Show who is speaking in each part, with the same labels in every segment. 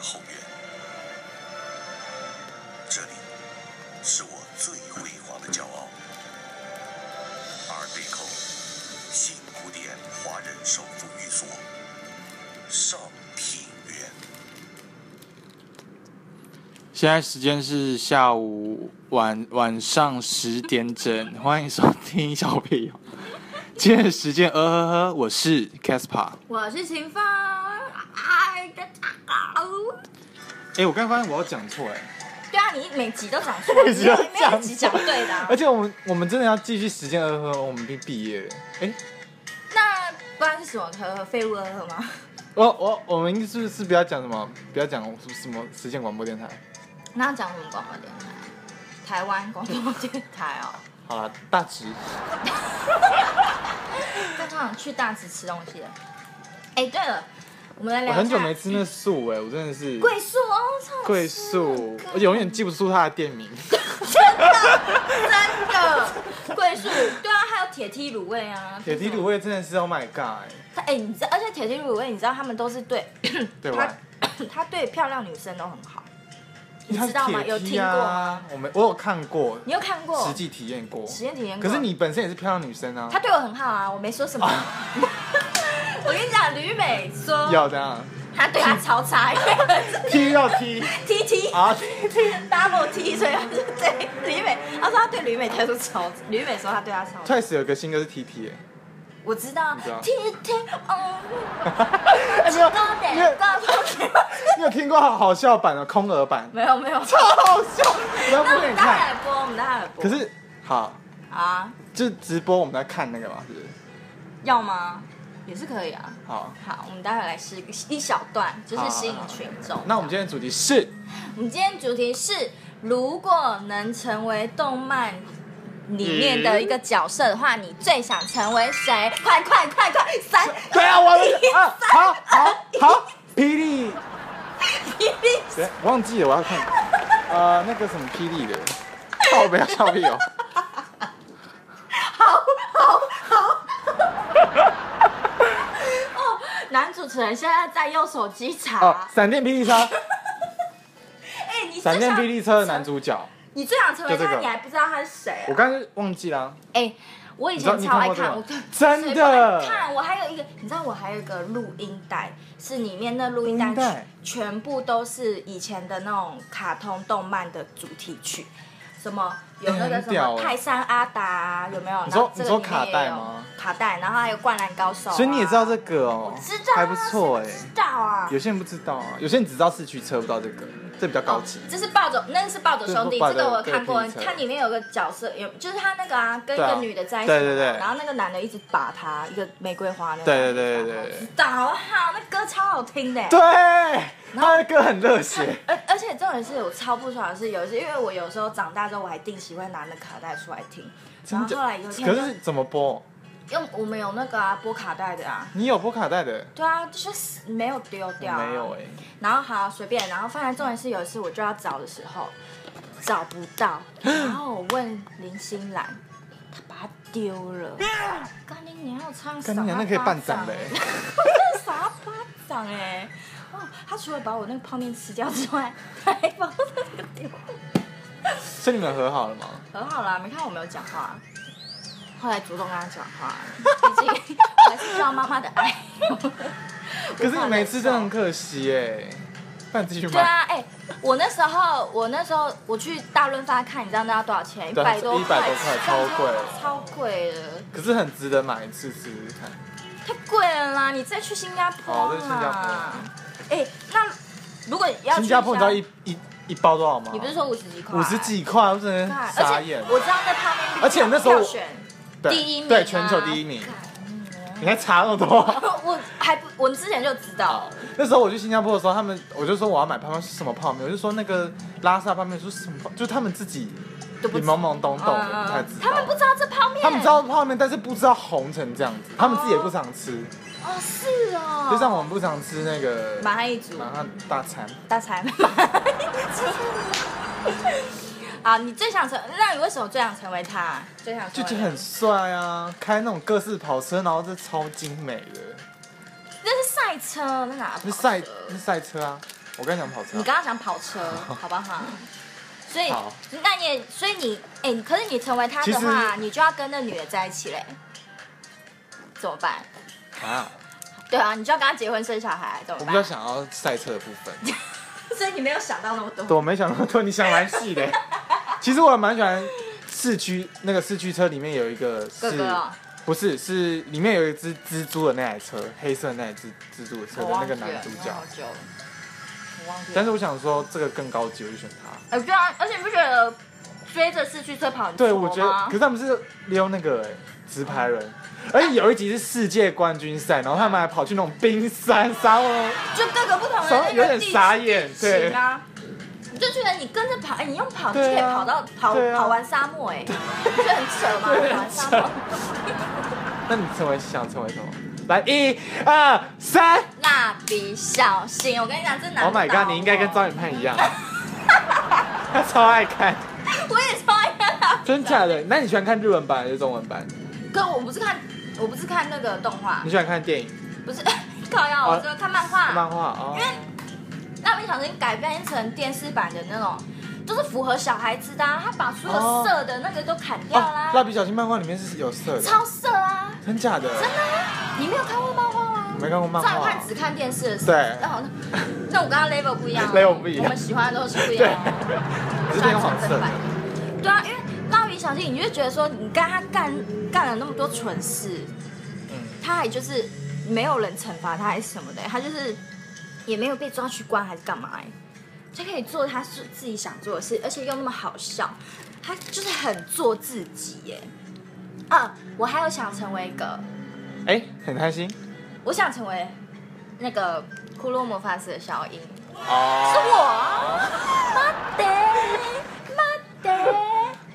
Speaker 1: 红人。这里是我最辉煌的骄傲。Art Deco 新古典华人手作寓所上庭院。
Speaker 2: 现在时间是下午晚晚上十点整，欢迎收听小屁友。 今天的时间，呃呵呵，我是 Caspar。
Speaker 3: 我是秦风，哎，大家好。
Speaker 2: 哎，我刚发现我要讲错哎，
Speaker 3: 对啊，你每集都讲错，
Speaker 2: 每
Speaker 3: 你
Speaker 2: 集都
Speaker 3: 没有
Speaker 2: 讲
Speaker 3: 一集讲对的啊、
Speaker 2: 而且我们我们真的要继续时间，呃呵呵，我们毕毕业了。哎，
Speaker 3: 那不然是什么和和废物呵呵吗？
Speaker 2: 我我我们是不是不要讲什么？不要讲什么时间广播电台？
Speaker 3: 那要讲什么广播电台？台湾广播电台哦。
Speaker 2: 好了，大直。
Speaker 3: 那他想去大直吃东西了。哎，对了，我们来
Speaker 2: 我
Speaker 3: 聊一下
Speaker 2: 很久没吃那素哎，我真的是
Speaker 3: 桂树哦，超好吃
Speaker 2: 桂树，我永远记不住它的店名。
Speaker 3: 真的桂树，对啊，还有铁梯卤味啊，
Speaker 2: 铁蹄卤味真的是 Oh my God！哎
Speaker 3: 它。哎，你知道，而且铁梯卤味，你知道他们都是对，
Speaker 2: 对
Speaker 3: 他
Speaker 2: 吧？
Speaker 3: 他对漂亮女生都很好。你
Speaker 2: 它
Speaker 3: 知道吗
Speaker 2: 是铁
Speaker 3: 有
Speaker 2: 梯
Speaker 3: 听过
Speaker 2: 啊
Speaker 3: 吗？
Speaker 2: 我没，我有看过，
Speaker 3: 你有看过
Speaker 2: 实际体验过。
Speaker 3: 实验体验过？
Speaker 2: 可是你本身也是漂亮女生啊
Speaker 3: 他，对我很好啊，我没说什么。
Speaker 2: 哦
Speaker 3: 我跟你讲，吕美说
Speaker 2: 要这样
Speaker 3: 他对他超差，因为
Speaker 2: 踢要 踢
Speaker 3: T T
Speaker 2: 啊，踢
Speaker 3: double T，所以他就对吕美，他说他对吕美态度超，吕美说他对他超差。
Speaker 2: Twice 有个新歌是 T T，哎
Speaker 3: 我知道
Speaker 2: 知道
Speaker 3: ，T T 哦，
Speaker 2: 哎没有
Speaker 3: 高，
Speaker 2: 你有
Speaker 3: 点高点，
Speaker 2: 你有听过好好笑版的空耳版，
Speaker 3: 没有没有。
Speaker 2: 超好笑，我要
Speaker 3: 那
Speaker 2: 不
Speaker 3: 我
Speaker 2: 给
Speaker 3: 们
Speaker 2: 你
Speaker 3: 待会
Speaker 2: 看。
Speaker 3: 来播，我们待会来播。
Speaker 2: 可是好，
Speaker 3: 啊，
Speaker 2: 就直播我们在看那个嘛，是不是？
Speaker 3: 要吗？也是可以啊。
Speaker 2: 好，
Speaker 3: 好，我们待会来试一小段，就是吸引群众。
Speaker 2: 那我们今天的主题 是
Speaker 3: 我们今天主题是，如果能成为动漫里面的一个角色的话，你最想成为谁？快快快快！三，
Speaker 2: 对啊，我啊，好 好
Speaker 3: 一
Speaker 2: 好，霹雳，
Speaker 3: 一
Speaker 2: 对，忘记了，我要看，呃，那个什么霹雳的，靠不要笑屁哦，
Speaker 3: 好好好。哦，男主持人现在在用手机
Speaker 2: 哦
Speaker 3: 查，。
Speaker 2: 闪电霹雳车，
Speaker 3: 哎、你 最
Speaker 2: 闪电
Speaker 3: 想
Speaker 2: 霹雳车的男主角，
Speaker 3: 你最想成为
Speaker 2: 就这
Speaker 3: 他，
Speaker 2: 个
Speaker 3: 你还不知道他是谁、
Speaker 2: 我
Speaker 3: 啊？
Speaker 2: 刚刚忘记了啊，
Speaker 3: 哎、我以
Speaker 2: 你知道
Speaker 3: 前超爱
Speaker 2: 你看
Speaker 3: 看，
Speaker 2: 过
Speaker 3: 我
Speaker 2: 这个 真的
Speaker 3: 随便看。我还有一个，你知道我还有一个录音带，是里面的录音
Speaker 2: 录
Speaker 3: 带
Speaker 2: 音带
Speaker 3: 全全部都是以前的那种卡通动漫的主题曲，什么有那
Speaker 2: 哎
Speaker 3: 个
Speaker 2: 很
Speaker 3: 什
Speaker 2: 屌
Speaker 3: 么
Speaker 2: 哎
Speaker 3: 泰山阿达啊、有没有？
Speaker 2: 你
Speaker 3: 然
Speaker 2: 说
Speaker 3: 后这个
Speaker 2: 你说
Speaker 3: 里面
Speaker 2: 卡带
Speaker 3: 也有
Speaker 2: 吗？
Speaker 3: 卡带，然后还有灌篮高手啊、
Speaker 2: 所以你也知道这个哦，
Speaker 3: 知道啊
Speaker 2: 还不错哎
Speaker 3: 谁，知道啊。
Speaker 2: 有些人不知道啊，有些人只知道四驱车，不知道这个，这比较高级
Speaker 3: 哦，这是暴走，那个是暴走兄弟，
Speaker 2: 这是暴
Speaker 3: 这
Speaker 2: 走
Speaker 3: 个我有看过
Speaker 2: 对第一。册
Speaker 3: 它里面有个角色，有就是他那个啊，跟一
Speaker 2: 对啊
Speaker 3: 个女的在一起嘛，
Speaker 2: 对对对
Speaker 3: 然后那个男的一直打她，一个玫瑰花那个。
Speaker 2: 对对对对对对
Speaker 3: 打好好，那歌超好听的。
Speaker 2: 对，他的歌很热血，
Speaker 3: 而而且重点是我超不爽的是，有一次因为我有时候长大之后，我还定期会拿那卡带出来听，
Speaker 2: 真
Speaker 3: 然后
Speaker 2: 的
Speaker 3: 后来有一，天
Speaker 2: 可
Speaker 3: 就是
Speaker 2: 怎么播？
Speaker 3: 用我们有那个啊播卡带的啊，
Speaker 2: 你有播卡带的？
Speaker 3: 对啊，就是没有丢
Speaker 2: 我
Speaker 3: 掉啊，
Speaker 2: 没有哎，
Speaker 3: 然后好随便，然后反正重点是有一次我就要找的时候找不到， 然后我问林心兰，她把它丢了。干你娘！我唱
Speaker 2: 干你娘，那可以办展 嘞
Speaker 3: 嘞，！傻巴掌哎、哇，他除了把我那个泡面吃掉之外，还把我那个丢了。
Speaker 2: 所以你们和好了吗？
Speaker 3: 很好啦，没看我没有讲话、后来主动跟他讲话，毕竟我还是需要妈妈的爱。
Speaker 2: 可是你每次真的很可惜哎，那你继续
Speaker 3: 对
Speaker 2: 买。
Speaker 3: 啊，哎、我那时候，我那时候我去大润发看，你知道那要多少钱？一
Speaker 2: 对
Speaker 3: 百多
Speaker 2: 100多块超贵
Speaker 3: 超贵的，
Speaker 2: 可是很值得买一次试试看。
Speaker 3: 太贵了啦！你再去新加坡
Speaker 2: 哦再去新加坡
Speaker 3: 啦。哎、那如果要去
Speaker 2: 新加坡你知道一一一包多少吗？
Speaker 3: 你不是说五十几块？
Speaker 2: 五十几块，我真
Speaker 3: 干？
Speaker 2: 的傻
Speaker 3: 而
Speaker 2: 眼
Speaker 3: 且。我知道那泡面，
Speaker 2: 而且那时候我
Speaker 3: 票选
Speaker 2: 对
Speaker 3: 第一名啊
Speaker 2: 对，全球第一名。
Speaker 3: 干
Speaker 2: 你还查那么多？
Speaker 3: 我还不，我之前就知道，
Speaker 2: 那时候我去新加坡的时候，他们我就说我要买泡面是什么泡面，我就说那个拉萨泡面说什么泡，就他们自己
Speaker 3: 都不
Speaker 2: 你
Speaker 3: 知
Speaker 2: 懵懵懂懂的
Speaker 3: 嗯
Speaker 2: 才知道。
Speaker 3: 他们不知道这泡面，
Speaker 2: 他们知道泡面，但是不知道红成这样子，他们自己也不常吃，
Speaker 3: 哦，是哦，
Speaker 2: 就像我们不常吃那个
Speaker 3: 马汉一族
Speaker 2: 马汉大餐。
Speaker 3: 大财 嘛。啊，你最想成？那你为什么最想成为他？最想
Speaker 2: 就
Speaker 3: 成为
Speaker 2: 觉得很帅啊，开那种各式跑车，然后这超精美的，
Speaker 3: 那是赛车，那哪？
Speaker 2: 那赛那赛车啊，我刚讲跑车
Speaker 3: 你
Speaker 2: 啊，
Speaker 3: 刚刚讲跑车， 好不好？所以
Speaker 2: 好
Speaker 3: 那你也，所以你，哎、可是你成为他的话，你就要跟那女的在一起嘞，怎么办？
Speaker 2: 啊，
Speaker 3: 对啊，你就要跟他结婚生小孩，怎
Speaker 2: 我
Speaker 3: 么
Speaker 2: 比较
Speaker 3: 办？
Speaker 2: 想要赛车的部分。
Speaker 3: 所以你没有想到那么多。
Speaker 2: 对，我没想那么多，你想蛮细的。 其实我蛮喜欢四驱，那个四驱车里面有一个是，
Speaker 3: 哥哥哦、
Speaker 2: 不是是里面有一只蜘蛛的那台车，黑色的那台蜘蜘蛛的车
Speaker 3: 我
Speaker 2: 的
Speaker 3: 忘
Speaker 2: 那
Speaker 3: 记
Speaker 2: 个
Speaker 3: 了，
Speaker 2: 男主
Speaker 3: 因为
Speaker 2: 角
Speaker 3: 好。久了，我忘记了。
Speaker 2: 但是我想说，这个更高级，我就选它。
Speaker 3: 哎、对啊，而且你不觉得追着四驱车跑很
Speaker 2: 对，
Speaker 3: 挫
Speaker 2: 我觉得，
Speaker 3: 吗
Speaker 2: 可是他们是溜那个哎、直排轮，而且有一集是世界冠军赛，然后他们还跑去那种冰山沙 漠，
Speaker 3: 就各个不同的
Speaker 2: 稍
Speaker 3: 那
Speaker 2: 微
Speaker 3: 个
Speaker 2: 有点
Speaker 3: 地
Speaker 2: 傻眼，对
Speaker 3: 形，啊，你就觉得你跟着跑，哎、你用跑你就
Speaker 2: 对啊
Speaker 3: 可以跑到、跑
Speaker 2: 对啊
Speaker 3: 跑完沙漠、哎，不是很扯吗？
Speaker 2: 对
Speaker 3: 跑完沙漠，
Speaker 2: 那你成为想成为什么？来，一、二、三。
Speaker 3: 蜡笔小新，我跟你讲，这难
Speaker 2: Oh
Speaker 3: 不倒哦
Speaker 2: my
Speaker 3: 我
Speaker 2: god！你应该跟张雨盼一样， 他超爱看，
Speaker 3: 我也超爱看蜡笔
Speaker 2: 真假的？那你喜欢看日文版还是中文版？
Speaker 3: 可我不是看，我不是看那个动画
Speaker 2: 你，喜欢看电影、啊
Speaker 3: 不是 靠呀，哦我是看漫画。
Speaker 2: 漫画哦
Speaker 3: 因为？蜡笔小新改编成电视版的那种，就是符合小孩子的、啊，他把所有色的那个都砍掉啦
Speaker 2: 哦，，蜡笔小新漫画里面是有色的，
Speaker 3: 超色啊，
Speaker 2: 真假的？
Speaker 3: 真的、啊，你没有看过漫画吗？
Speaker 2: 没看过漫
Speaker 3: 张雨
Speaker 2: 画
Speaker 3: 看，只看电视的时候，
Speaker 2: 对
Speaker 3: 然后那我跟他 level 不一样哦
Speaker 2: level 不一样
Speaker 3: 我们喜欢的都是不一样哦。
Speaker 2: 只是偏黄色的。
Speaker 3: 对啊，因为蜡笔小新，你就觉得说你跟他干干了那么多蠢事，
Speaker 2: 嗯，
Speaker 3: 他还就是没有人惩罚他还是什么的，他就是也没有被抓去关还是干嘛哎，他可以做他是自己想做的事，而且又那么好笑，他就是很做自己耶。啊，我还有想成为一个，
Speaker 2: 哎，很开心
Speaker 3: 我想成为那个骷髅魔法师的小樱，
Speaker 2: 哦。
Speaker 3: 是我啊，妈的，妈的，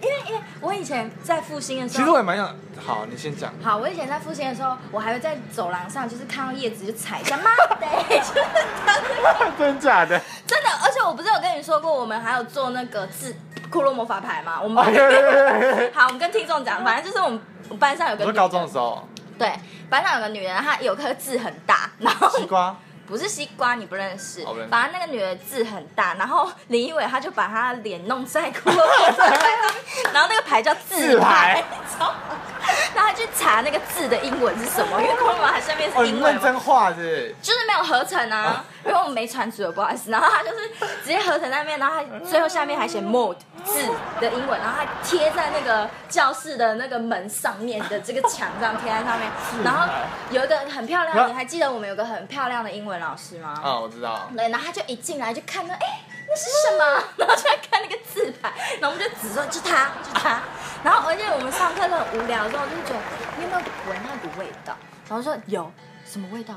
Speaker 3: 因为因为我以前在复兴的时
Speaker 2: 其
Speaker 3: 候，
Speaker 2: 实我也蛮想，好，你先 讲。
Speaker 3: 好，我以前在复兴的时候，我还会在走廊上，就是看到叶子就踩一下，妈的，就是
Speaker 2: 真假的？
Speaker 3: 真的。而且我不是有跟你说过，我们还有做那个字骷髅魔法牌吗？我们、
Speaker 2: 哎呀呀呀呀呀
Speaker 3: 好，我们跟听众讲，反正就是我们我们班上有
Speaker 2: 我
Speaker 3: 个
Speaker 2: 说
Speaker 3: 女
Speaker 2: 高中的时候，
Speaker 3: 对，班上有个女人，她有颗痣很大，然后
Speaker 2: 西瓜，
Speaker 3: 不是西瓜，你不认识
Speaker 2: 哦不认，识
Speaker 3: 反正那个女的痣很大，然后林一伟他就把她的脸弄在骷髅 魔法牌上面，然后那个牌叫
Speaker 2: 自
Speaker 3: 自
Speaker 2: 牌
Speaker 3: 牌，超好看 然后他去查那个字的英文是什么，因为骷髅魔法牌上面
Speaker 2: 哦，
Speaker 3: 是
Speaker 2: 你
Speaker 3: 英文
Speaker 2: 认
Speaker 3: 嘛。
Speaker 2: 真画是
Speaker 3: 就是没有合成啊，因为我们没传组，不好意思。然后他就是直接合成那边，然后他最后下面还写 mode 字的英文，然后他贴在那个教室的那个门上面的这个墙上贴在上面。然后有一个很漂
Speaker 2: 然
Speaker 3: 亮，
Speaker 2: 后
Speaker 3: 你还记得我们有个很漂亮的英文老师吗？
Speaker 2: 啊，我知道。
Speaker 3: 对，然后他就一进来就看到，哎，那是什么？ 然后就在看那个字牌，然后我们就指说就他，就他。然后而且我们上课都很无聊的时候，就觉得你有没有闻到股味道？然后说有，什么味道？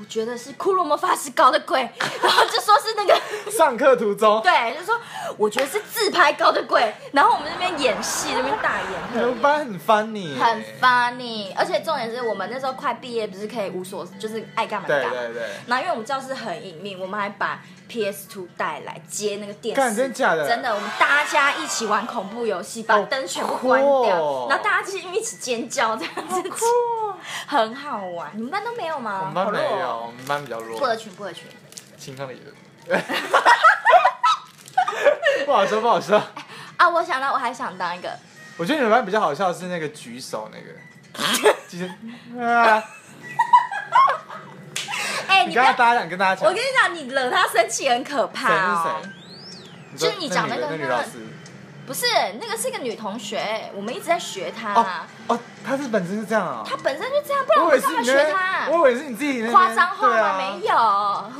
Speaker 3: 我觉得是骷髅魔法师搞的鬼，然后就说是那个，
Speaker 2: 上课途中，
Speaker 3: 对，就说我觉得是自拍搞的鬼，然后我们那边演戏，那边大演
Speaker 2: 你
Speaker 3: 特演
Speaker 2: 们班很 funny，
Speaker 3: 很 funny，而且重点是我们那时候快毕业，不是可以无所就是爱干嘛干
Speaker 2: 对
Speaker 3: 嘛。
Speaker 2: 对对。
Speaker 3: 然后因为我们教室很隐秘，我们还把 PS Two 带来接那个电视，
Speaker 2: 干真假的
Speaker 3: 真的，我们大家一起玩恐怖游戏，把
Speaker 2: 好
Speaker 3: 灯全部关掉，
Speaker 2: 酷哦哦
Speaker 3: 然后大家就是一起尖叫这样子， 很好玩。你们班都没有吗？
Speaker 2: 我们班没
Speaker 3: 好弱
Speaker 2: 有，
Speaker 3: 哦，
Speaker 2: 我们班比较弱
Speaker 3: 不。合群，不合群。
Speaker 2: 青康的 也。不好说，不好说。
Speaker 3: 啊，我想到，我还想当一个，
Speaker 2: 我觉得你们班比较好笑的是那个举手那个，其实啊，
Speaker 3: 哎、
Speaker 2: 你
Speaker 3: 你
Speaker 2: 刚
Speaker 3: 看，
Speaker 2: 刚大家想跟大家
Speaker 3: 我
Speaker 2: 讲
Speaker 3: 跟，你讲，你惹他生气很可
Speaker 2: 谁
Speaker 3: 怕哦。
Speaker 2: 是谁？
Speaker 3: 就是你讲
Speaker 2: 那
Speaker 3: 那
Speaker 2: 女的那女
Speaker 3: 个那个
Speaker 2: 老师
Speaker 3: 不是，那个是一个女同学，我们一直在学她
Speaker 2: 哦
Speaker 3: 啦。
Speaker 2: 哦，她是本身是这样啊
Speaker 3: 她、。本身就这啊样，不然我
Speaker 2: 我以为是
Speaker 3: 们干嘛
Speaker 2: 你
Speaker 3: 学
Speaker 2: 那
Speaker 3: 她？
Speaker 2: 边，我以为是你自己那边
Speaker 3: 夸张话
Speaker 2: 对
Speaker 3: 吗？
Speaker 2: 啊
Speaker 3: 没有，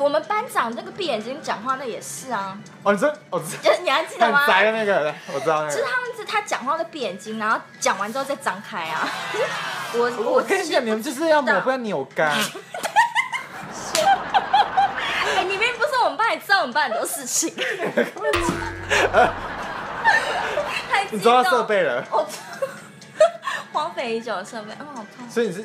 Speaker 3: 我们班长那个闭眼睛讲话那也是啊，
Speaker 2: 哦，你说我知
Speaker 3: 就是你还记得
Speaker 2: 很
Speaker 3: 吗？
Speaker 2: 宅的那个，我知道那
Speaker 3: 就是
Speaker 2: 个。
Speaker 3: 他们是他讲话都闭眼睛，然后讲完之后再张开啊。 我
Speaker 2: 我跟你
Speaker 3: 是
Speaker 2: 讲，你们就是要抹
Speaker 3: 道
Speaker 2: 不要扭干。
Speaker 3: 哎，你明明不是我们班，你知道我们班很多 事情。太 激动
Speaker 2: 你抓到设备了
Speaker 3: 我 荒废已久的设备，嗯，好痛。
Speaker 2: 所以你 是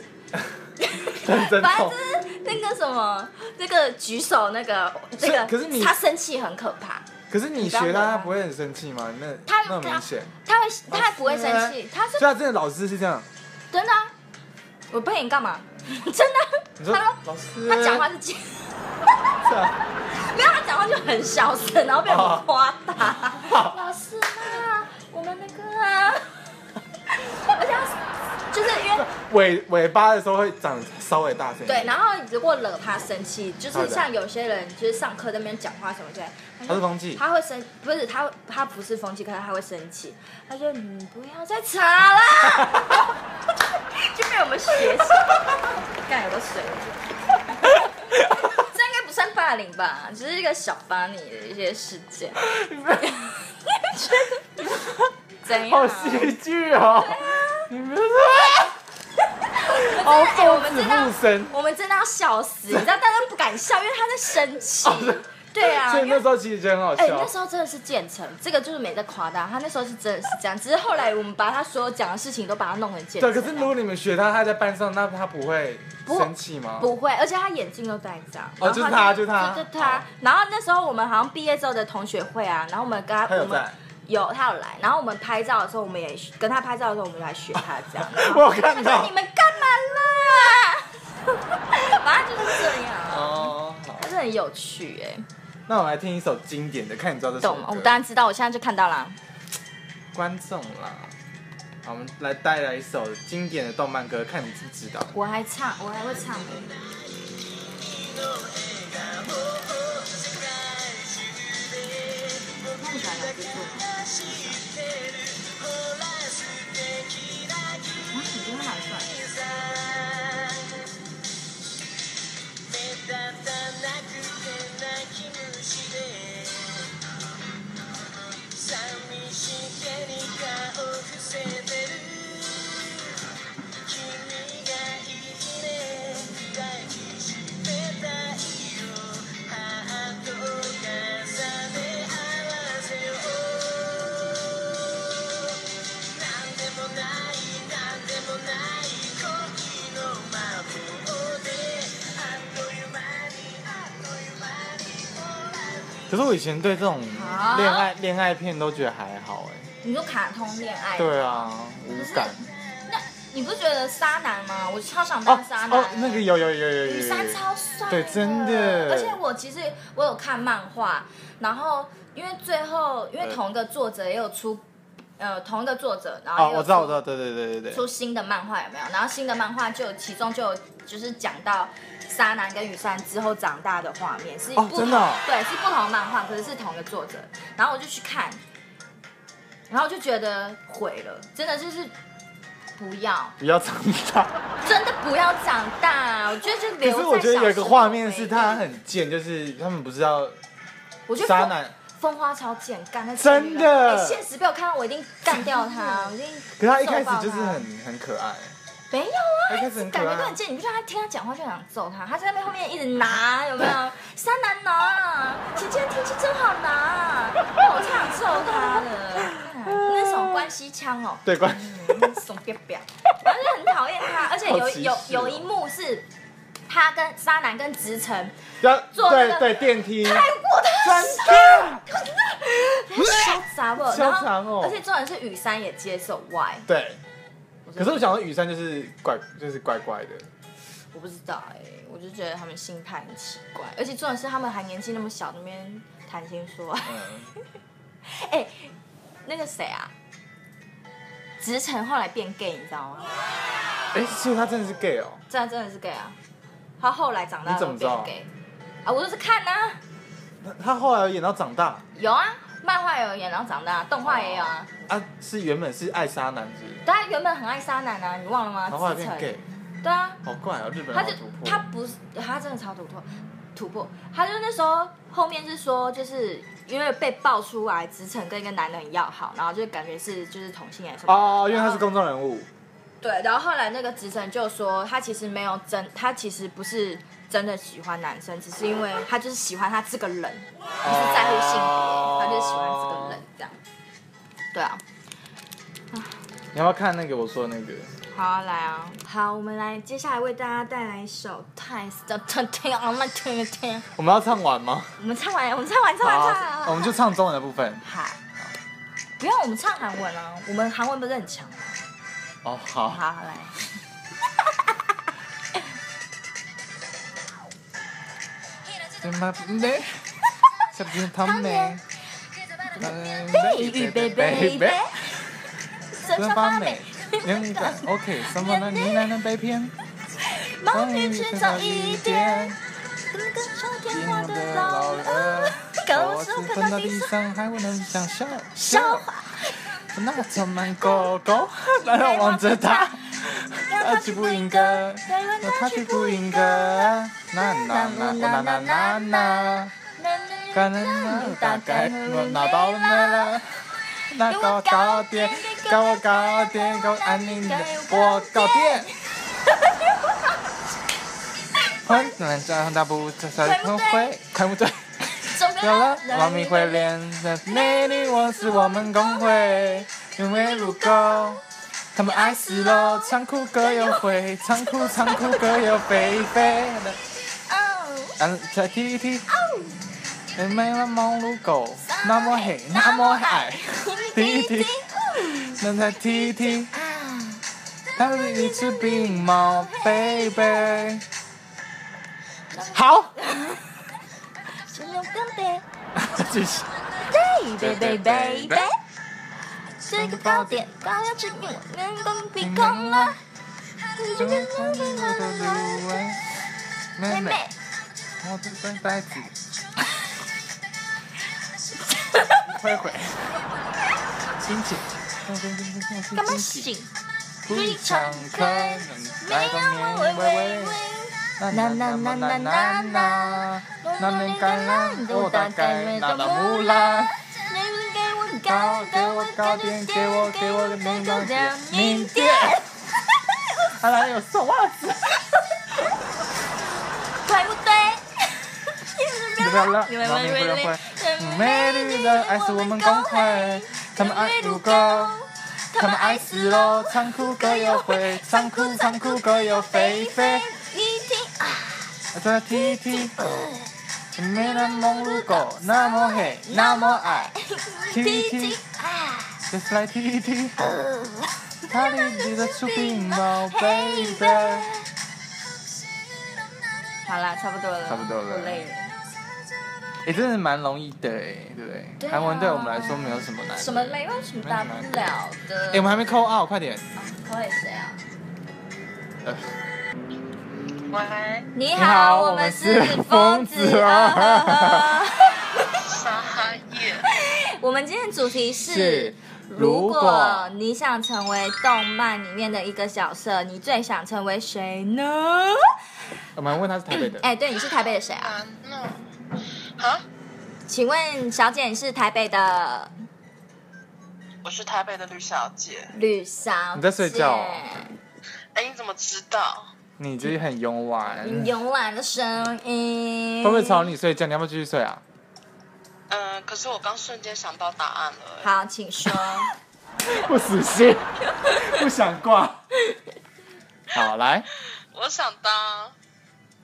Speaker 2: 认真
Speaker 3: 反正
Speaker 2: 痛
Speaker 3: 就。是那个什么，那个举手那个那
Speaker 2: 所
Speaker 3: 个，
Speaker 2: 以可是你
Speaker 3: 他生气很可怕，
Speaker 2: 可是你
Speaker 3: 刚
Speaker 2: 学
Speaker 3: 刚
Speaker 2: 他，
Speaker 3: 的
Speaker 2: 他
Speaker 3: 吗
Speaker 2: 不会很生气吗？那
Speaker 3: 他
Speaker 2: 那很明显。
Speaker 3: 他会他还不会生气，他是
Speaker 2: 所以他真的老师是这样，
Speaker 3: 真的啊、我背你干嘛？真的啊、
Speaker 2: 你说
Speaker 3: 他说
Speaker 2: 老师，
Speaker 3: 他讲话是尖，
Speaker 2: 是啊，
Speaker 3: 没有他讲话就很小声，然后被
Speaker 2: 哦
Speaker 3: 我夸大。老师啊，我们那个啊，而且他就是因为
Speaker 2: 尾尾巴的时候会长稍微大声一点。
Speaker 3: 对，然后如果惹他生气，就是像有些人就是上课在那边讲话什么之类，
Speaker 2: 他是风纪，
Speaker 3: 他会生，不是他他不是风气，可是他会生气。他说你不要再吵啦， 就被我们学习，干有个水。这应该不算霸凌吧，只是一个小巴你的一些事件。怎样
Speaker 2: 好？戏剧
Speaker 3: 啊
Speaker 2: 哦！你们是好
Speaker 3: 哎我
Speaker 2: 奉
Speaker 3: 们
Speaker 2: 子
Speaker 3: 真的要
Speaker 2: 附身。
Speaker 3: 我们真的要 笑死，你知道大家都不敢笑，因为他在生气。对啊，
Speaker 2: 哦所以
Speaker 3: 因为
Speaker 2: 那时候其实就很好
Speaker 3: 哎、
Speaker 2: 笑
Speaker 3: 那。时候真的是建成，这个就是没在夸大，他那时候是真的是这样，只是后来我们把他所有讲的事情都把他弄成建
Speaker 2: 对，
Speaker 3: 成。
Speaker 2: 可是如果你们学他，他在班上，那他不会
Speaker 3: 不
Speaker 2: 生气吗？
Speaker 3: 不会，而且他眼镜都戴着啊。
Speaker 2: 哦
Speaker 3: 然后
Speaker 2: 就是他就是他
Speaker 3: 就就他
Speaker 2: 哦。
Speaker 3: 然后那时候我们好像毕业之后的同学会啊，然后我们跟他
Speaker 2: 他有
Speaker 3: 我们
Speaker 2: 在
Speaker 3: 有他有来，然后我们拍照的时候，我们也跟他拍照的时候，我们就来学他这样。
Speaker 2: 我有
Speaker 3: 他
Speaker 2: 看
Speaker 3: 说
Speaker 2: 到
Speaker 3: 你。们干嘛啦？ 反正就是这样啊，
Speaker 2: 哦，好，
Speaker 3: 真的很有趣哎、
Speaker 2: 那我们来听一首经典的，看你知道这首
Speaker 3: 懂吗？
Speaker 2: 歌。
Speaker 3: 我们当然知道，我现在就看到了。
Speaker 2: 观众啦。好，我们来带来一首经典的动漫歌，看你知不知道。
Speaker 3: 我还唱，我还会唱。那你喜欢哪只兔吗？啊，你觉得哪帅？
Speaker 2: 可是我以前对这种
Speaker 3: 啊
Speaker 2: 恋爱恋爱片都觉得还好哎、
Speaker 3: 你说卡通恋爱？
Speaker 2: 对啊，无感。
Speaker 3: 那你不觉得渣男吗？我超想
Speaker 2: 哦
Speaker 3: 当渣男、
Speaker 2: 哦，那个有有有有有有
Speaker 3: 雨山超帅，
Speaker 2: 对真的
Speaker 3: 而且我其实我有看漫画，然后因为最后因为同一个作者也有出，呃，同一个作者，然后
Speaker 2: 哦
Speaker 3: 也，有
Speaker 2: 我知道，
Speaker 3: 出
Speaker 2: 我知道，对对对对
Speaker 3: 出
Speaker 2: 对。
Speaker 3: 新的漫画有没有？然后新的漫画就有其中就有就是讲到沙男跟雨山之后长大的画面，是不
Speaker 2: 哦
Speaker 3: 同、
Speaker 2: 真的哦
Speaker 3: 对，是不同漫画，可是是同一个作者。然后我就去看，然后就觉得毁了，真的就是不要，
Speaker 2: 不要长 大。
Speaker 3: 真的不要长大。我觉得就
Speaker 2: 可
Speaker 3: 留在
Speaker 2: 是我觉得有一个画面是他
Speaker 3: 小时候回忆，
Speaker 2: 很贱，就是他们不知道
Speaker 3: 我觉得
Speaker 2: 渣
Speaker 3: 风
Speaker 2: 男，
Speaker 3: 风花超贱，干那
Speaker 2: 真
Speaker 3: 女人
Speaker 2: 的
Speaker 3: 哎现实被我看到，我一定干 掉他，我一定。
Speaker 2: 可是他一开始就是
Speaker 3: 揍爆他
Speaker 2: 很很可爱，
Speaker 3: 没有啊，
Speaker 2: 他一开始很可
Speaker 3: 感觉都
Speaker 2: 爱
Speaker 3: 很。贱，你不知道他听他讲话就想揍他，他在那边后面一直拿，有没有？三难拿，姐姐天气真好拿，我超想揍他的。嗯那种关系枪哦，
Speaker 2: 对，关
Speaker 3: 嗯，怂别别，反正就很讨厌他，而且有
Speaker 2: 好歧视
Speaker 3: 有
Speaker 2: 哦
Speaker 3: 有一幕是他跟沙男跟 直城
Speaker 2: 要
Speaker 3: 坐那个
Speaker 2: 对对电梯，
Speaker 3: 太过他
Speaker 2: 真的
Speaker 3: 潇洒不？然
Speaker 2: 潇洒哦
Speaker 3: 后而且重点是雨山也接受 Y，
Speaker 2: 对。可是
Speaker 3: 我
Speaker 2: 我想说，雨山就是怪，就是怪怪的。
Speaker 3: 我不知道哎、我就觉得他们心态很奇怪，而且重点是他们还年纪那么小，那边谈心说爱。
Speaker 2: 嗯，
Speaker 3: 哎、那个谁啊，直城后来变 gay，你知道吗？
Speaker 2: 哎，所以他真的是 gay 哦。
Speaker 3: 这真的是 gay 啊，他后来长大
Speaker 2: 你
Speaker 3: 都
Speaker 2: 怎么知
Speaker 3: 变
Speaker 2: 道
Speaker 3: gay 啊，我就是看啊，
Speaker 2: 那他后来有演到长大
Speaker 3: 有啊，漫画有演，然后长大，动画也有啊。
Speaker 2: 啊，是原本是爱莎男子，
Speaker 3: 但他原本很爱沙男啊，你忘了吗？
Speaker 2: 然后后来
Speaker 3: 直
Speaker 2: 变
Speaker 3: 城
Speaker 2: gay，
Speaker 3: 对啊，
Speaker 2: 好怪哦，日本人
Speaker 3: 他
Speaker 2: 好
Speaker 3: 就
Speaker 2: 突破。
Speaker 3: 他不是他真的超突破，突破。他就那时候后面是说，就是因为被爆出来，直城跟一个男的很要好，然后就感觉是就是同性恋什么的。
Speaker 2: 哦，因为他是公众人物。
Speaker 3: 对，然后后来那个直城就说，他其实没有真，他其实不是真的喜欢男生，只是因为他就是喜欢他这个人，不是在乎性别，
Speaker 2: 哦
Speaker 3: 他就是喜欢这个人这样。对啊，
Speaker 2: 你要不要看那个我说的那个？
Speaker 3: 好啊来啊，好，我们来接下来为大家带来一首 Twice 的《天天 on my 天天》，
Speaker 2: 我们要唱完吗？
Speaker 3: 我们唱完，我们唱完，唱完，唱完，
Speaker 2: 好，我们就唱中文的部分。
Speaker 3: 好，不用我们唱韩文啊，我们韩文不是很强吗？
Speaker 2: 哦，好。
Speaker 3: 好，好来。
Speaker 2: 怎么不对？下不见汤
Speaker 3: 面
Speaker 2: 面，嗯
Speaker 3: ，baby baby baby，身
Speaker 2: 蒸发
Speaker 3: 上发
Speaker 2: 美
Speaker 3: 美，，
Speaker 2: 牛奶感，OK，什么呢？你奶奶被骗，
Speaker 3: 忙去吃早一点，，怎么跟秋天
Speaker 2: 变
Speaker 3: 花
Speaker 2: 我
Speaker 3: 的
Speaker 2: 的
Speaker 3: 老
Speaker 2: 老
Speaker 3: 了
Speaker 2: 了，，
Speaker 3: 狗
Speaker 2: 狗
Speaker 3: 屎
Speaker 2: 屎
Speaker 3: 喷
Speaker 2: 喷
Speaker 3: 到
Speaker 2: 到
Speaker 3: 地
Speaker 2: 地
Speaker 3: 上，
Speaker 2: 上还不能享受，
Speaker 3: 笑话，
Speaker 2: 那充满狗狗，然后望着他，他
Speaker 3: 让他
Speaker 2: 去
Speaker 3: 去
Speaker 2: 不
Speaker 3: 不
Speaker 2: 应
Speaker 3: 应
Speaker 2: 该
Speaker 3: 该，
Speaker 2: 那
Speaker 3: 让
Speaker 2: 他
Speaker 3: 他
Speaker 2: 去
Speaker 3: 去
Speaker 2: 不
Speaker 3: 不
Speaker 2: 应
Speaker 3: 应
Speaker 2: 该，
Speaker 3: 该。
Speaker 2: 那那那那那那那。
Speaker 3: 可
Speaker 2: 可
Speaker 3: 能
Speaker 2: 能
Speaker 3: 你
Speaker 2: 大
Speaker 3: 大
Speaker 2: 概
Speaker 3: 概我
Speaker 2: 我
Speaker 3: 拿
Speaker 2: 拿
Speaker 3: 到
Speaker 2: 到
Speaker 3: 了
Speaker 2: 了
Speaker 3: 没
Speaker 2: 没
Speaker 3: 了。
Speaker 2: 了。那给我高点，给我高点，给我安宁的，我高点。混乱长大不再小很会，快不对，有了，王明会连的美丽，我是我们公会，因为如狗，他们爱死了，仓库各有灰，仓库仓库各有肥肥的，
Speaker 3: 哦
Speaker 2: 嗯，再踢一踢。
Speaker 3: 哦，
Speaker 2: 人没了忙碌狗，那
Speaker 3: 那
Speaker 2: 么
Speaker 3: 么
Speaker 2: 黑
Speaker 3: 黑，，
Speaker 2: 那
Speaker 3: 那
Speaker 2: 么
Speaker 3: 么
Speaker 2: 矮
Speaker 3: 矮，，
Speaker 2: 滴
Speaker 3: 滴
Speaker 2: 滴
Speaker 3: 滴。
Speaker 2: 能再踢一踢，
Speaker 3: 啊，
Speaker 2: 他们一只病猫贝贝。好，
Speaker 3: 真牛干
Speaker 2: 继续。
Speaker 3: 杯，杯杯杯杯。这个糕点，高要吃你我能够比空了。
Speaker 2: 中间看着我的芦苇，妹
Speaker 3: 妹妹
Speaker 2: 妹，，我的笨呆子。挥挥，心情。
Speaker 3: 干嘛醒？
Speaker 2: 非常可能来到年微微。啦啦啦啦啦啦啦，那年橄榄我大概拿到木啦。
Speaker 3: 你们给我
Speaker 2: 高
Speaker 3: 高，
Speaker 2: 给
Speaker 3: 给
Speaker 2: 我
Speaker 3: 我
Speaker 2: 高
Speaker 3: 高
Speaker 2: 点，
Speaker 3: 点，
Speaker 2: 给
Speaker 3: 给
Speaker 2: 我
Speaker 3: 我
Speaker 2: 给
Speaker 3: 给
Speaker 2: 我
Speaker 3: 我
Speaker 2: 个
Speaker 3: 能
Speaker 2: 能
Speaker 3: 够
Speaker 2: 够
Speaker 3: 两
Speaker 2: 两
Speaker 3: 明
Speaker 2: 明
Speaker 3: 点
Speaker 2: 点。。阿兰有送袜子，
Speaker 3: 对不对？
Speaker 2: 你不要了，农民会会。美丽的爱是我们公会，他们爱如狗，他们爱死喽。仓库各有灰，仓库仓库各有肥肥。
Speaker 3: 你听啊，
Speaker 2: 这 T T，没人梦如狗，那么黑，那么矮。
Speaker 3: 你听啊，
Speaker 2: Just like T T，
Speaker 3: 呃
Speaker 2: 他里里的出病猫，baby。
Speaker 3: 好啦，差不多了，
Speaker 2: 差不多了
Speaker 3: 我累了。
Speaker 2: 也、真的蛮容易的哎，对不对？
Speaker 3: 对啊
Speaker 2: 韩文对我们来说没有什么难的。
Speaker 3: 什么累？有什么大不了的？
Speaker 2: 哎、我们还没扣二，快点。
Speaker 3: 口水谁啊？
Speaker 2: 呃
Speaker 4: 喂，
Speaker 3: 你
Speaker 2: 好
Speaker 3: 好，
Speaker 2: 我
Speaker 3: 我
Speaker 2: 们
Speaker 3: 们
Speaker 2: 是
Speaker 3: 是
Speaker 2: 疯
Speaker 3: 疯
Speaker 2: 子
Speaker 3: 子
Speaker 2: 啊
Speaker 3: 啊！呵呵呵
Speaker 4: 沙耶，
Speaker 3: 我们今天的主题是
Speaker 2: 是。如
Speaker 3: 如
Speaker 2: 果
Speaker 3: 果你想成为动漫里面的一个角色，你最想成为谁呢？
Speaker 2: 我们还问他是台北的。
Speaker 3: 哎，对，你是台北的谁啊？
Speaker 4: 啊，那啊，
Speaker 3: 请问小姐，你是台北的
Speaker 4: 我是台北的吕小姐。
Speaker 3: 吕小姐？
Speaker 2: 你在睡觉哦
Speaker 4: 哎，你怎么知道？
Speaker 2: 你最近很慵懒，
Speaker 3: 你慵懒的声音，
Speaker 2: 会不会吵？你睡觉？你要不要继续睡啊？
Speaker 4: 嗯、可是我刚瞬间想到答案了。哎
Speaker 3: 好，请说。
Speaker 2: 不死心， 不想挂。好，来，
Speaker 4: 我想当《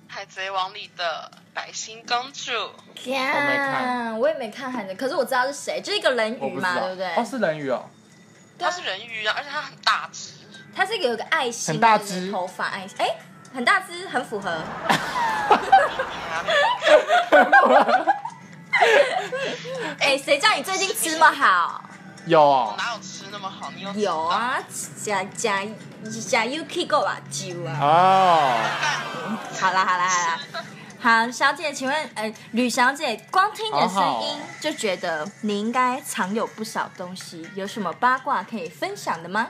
Speaker 4: 海贼王》里的白星公主。
Speaker 3: 天，啊
Speaker 2: 没看
Speaker 3: 我也没看韩剧，可是我知道是谁，就是一个人
Speaker 2: 我
Speaker 3: 鱼
Speaker 2: 不知道
Speaker 3: 嘛，对不对？
Speaker 2: 哦，是人鱼哦，
Speaker 4: 她是人鱼啊，而且她很大只。
Speaker 3: 它是有个爱心，
Speaker 2: 很大只
Speaker 3: 头发爱心，哎、很大只，很 符合。哎、谁叫你最近吃么好？
Speaker 2: 有
Speaker 4: 我
Speaker 2: 哦，
Speaker 4: 哪有吃那么好？你有知道
Speaker 3: 有？啊，假假假 UK 够吧，酒啊。
Speaker 2: 哦，
Speaker 3: 好啦好啦好啦，好，小姐，请问，呃，吕小姐，光听你的声音
Speaker 2: 好好
Speaker 3: 就觉得你应该藏有不少东西，有什么八卦可以分享的吗？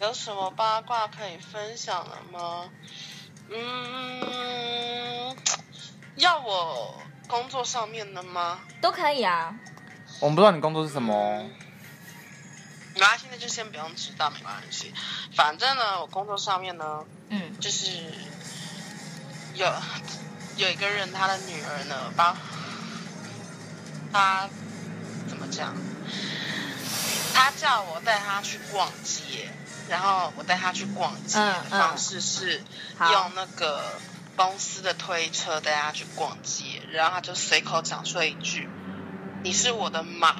Speaker 4: 有什么八卦可以分享的吗？嗯，要我工作上面的吗？
Speaker 3: 都可以啊。
Speaker 2: 我们不知道你工作是什么哦，
Speaker 4: 没关系，那就先不用知道，没关系。反正呢，我工作上面呢，
Speaker 3: 嗯，
Speaker 4: 就是有有一个人，他的女儿呢，把他怎么讲？他叫我带他去逛街，然后我带他去逛街
Speaker 3: 嗯
Speaker 4: 的
Speaker 3: 嗯
Speaker 4: 方式是
Speaker 3: 好
Speaker 4: 用那个公司的推车带他去逛街，然后他就随口讲说一句：“你是我的马。”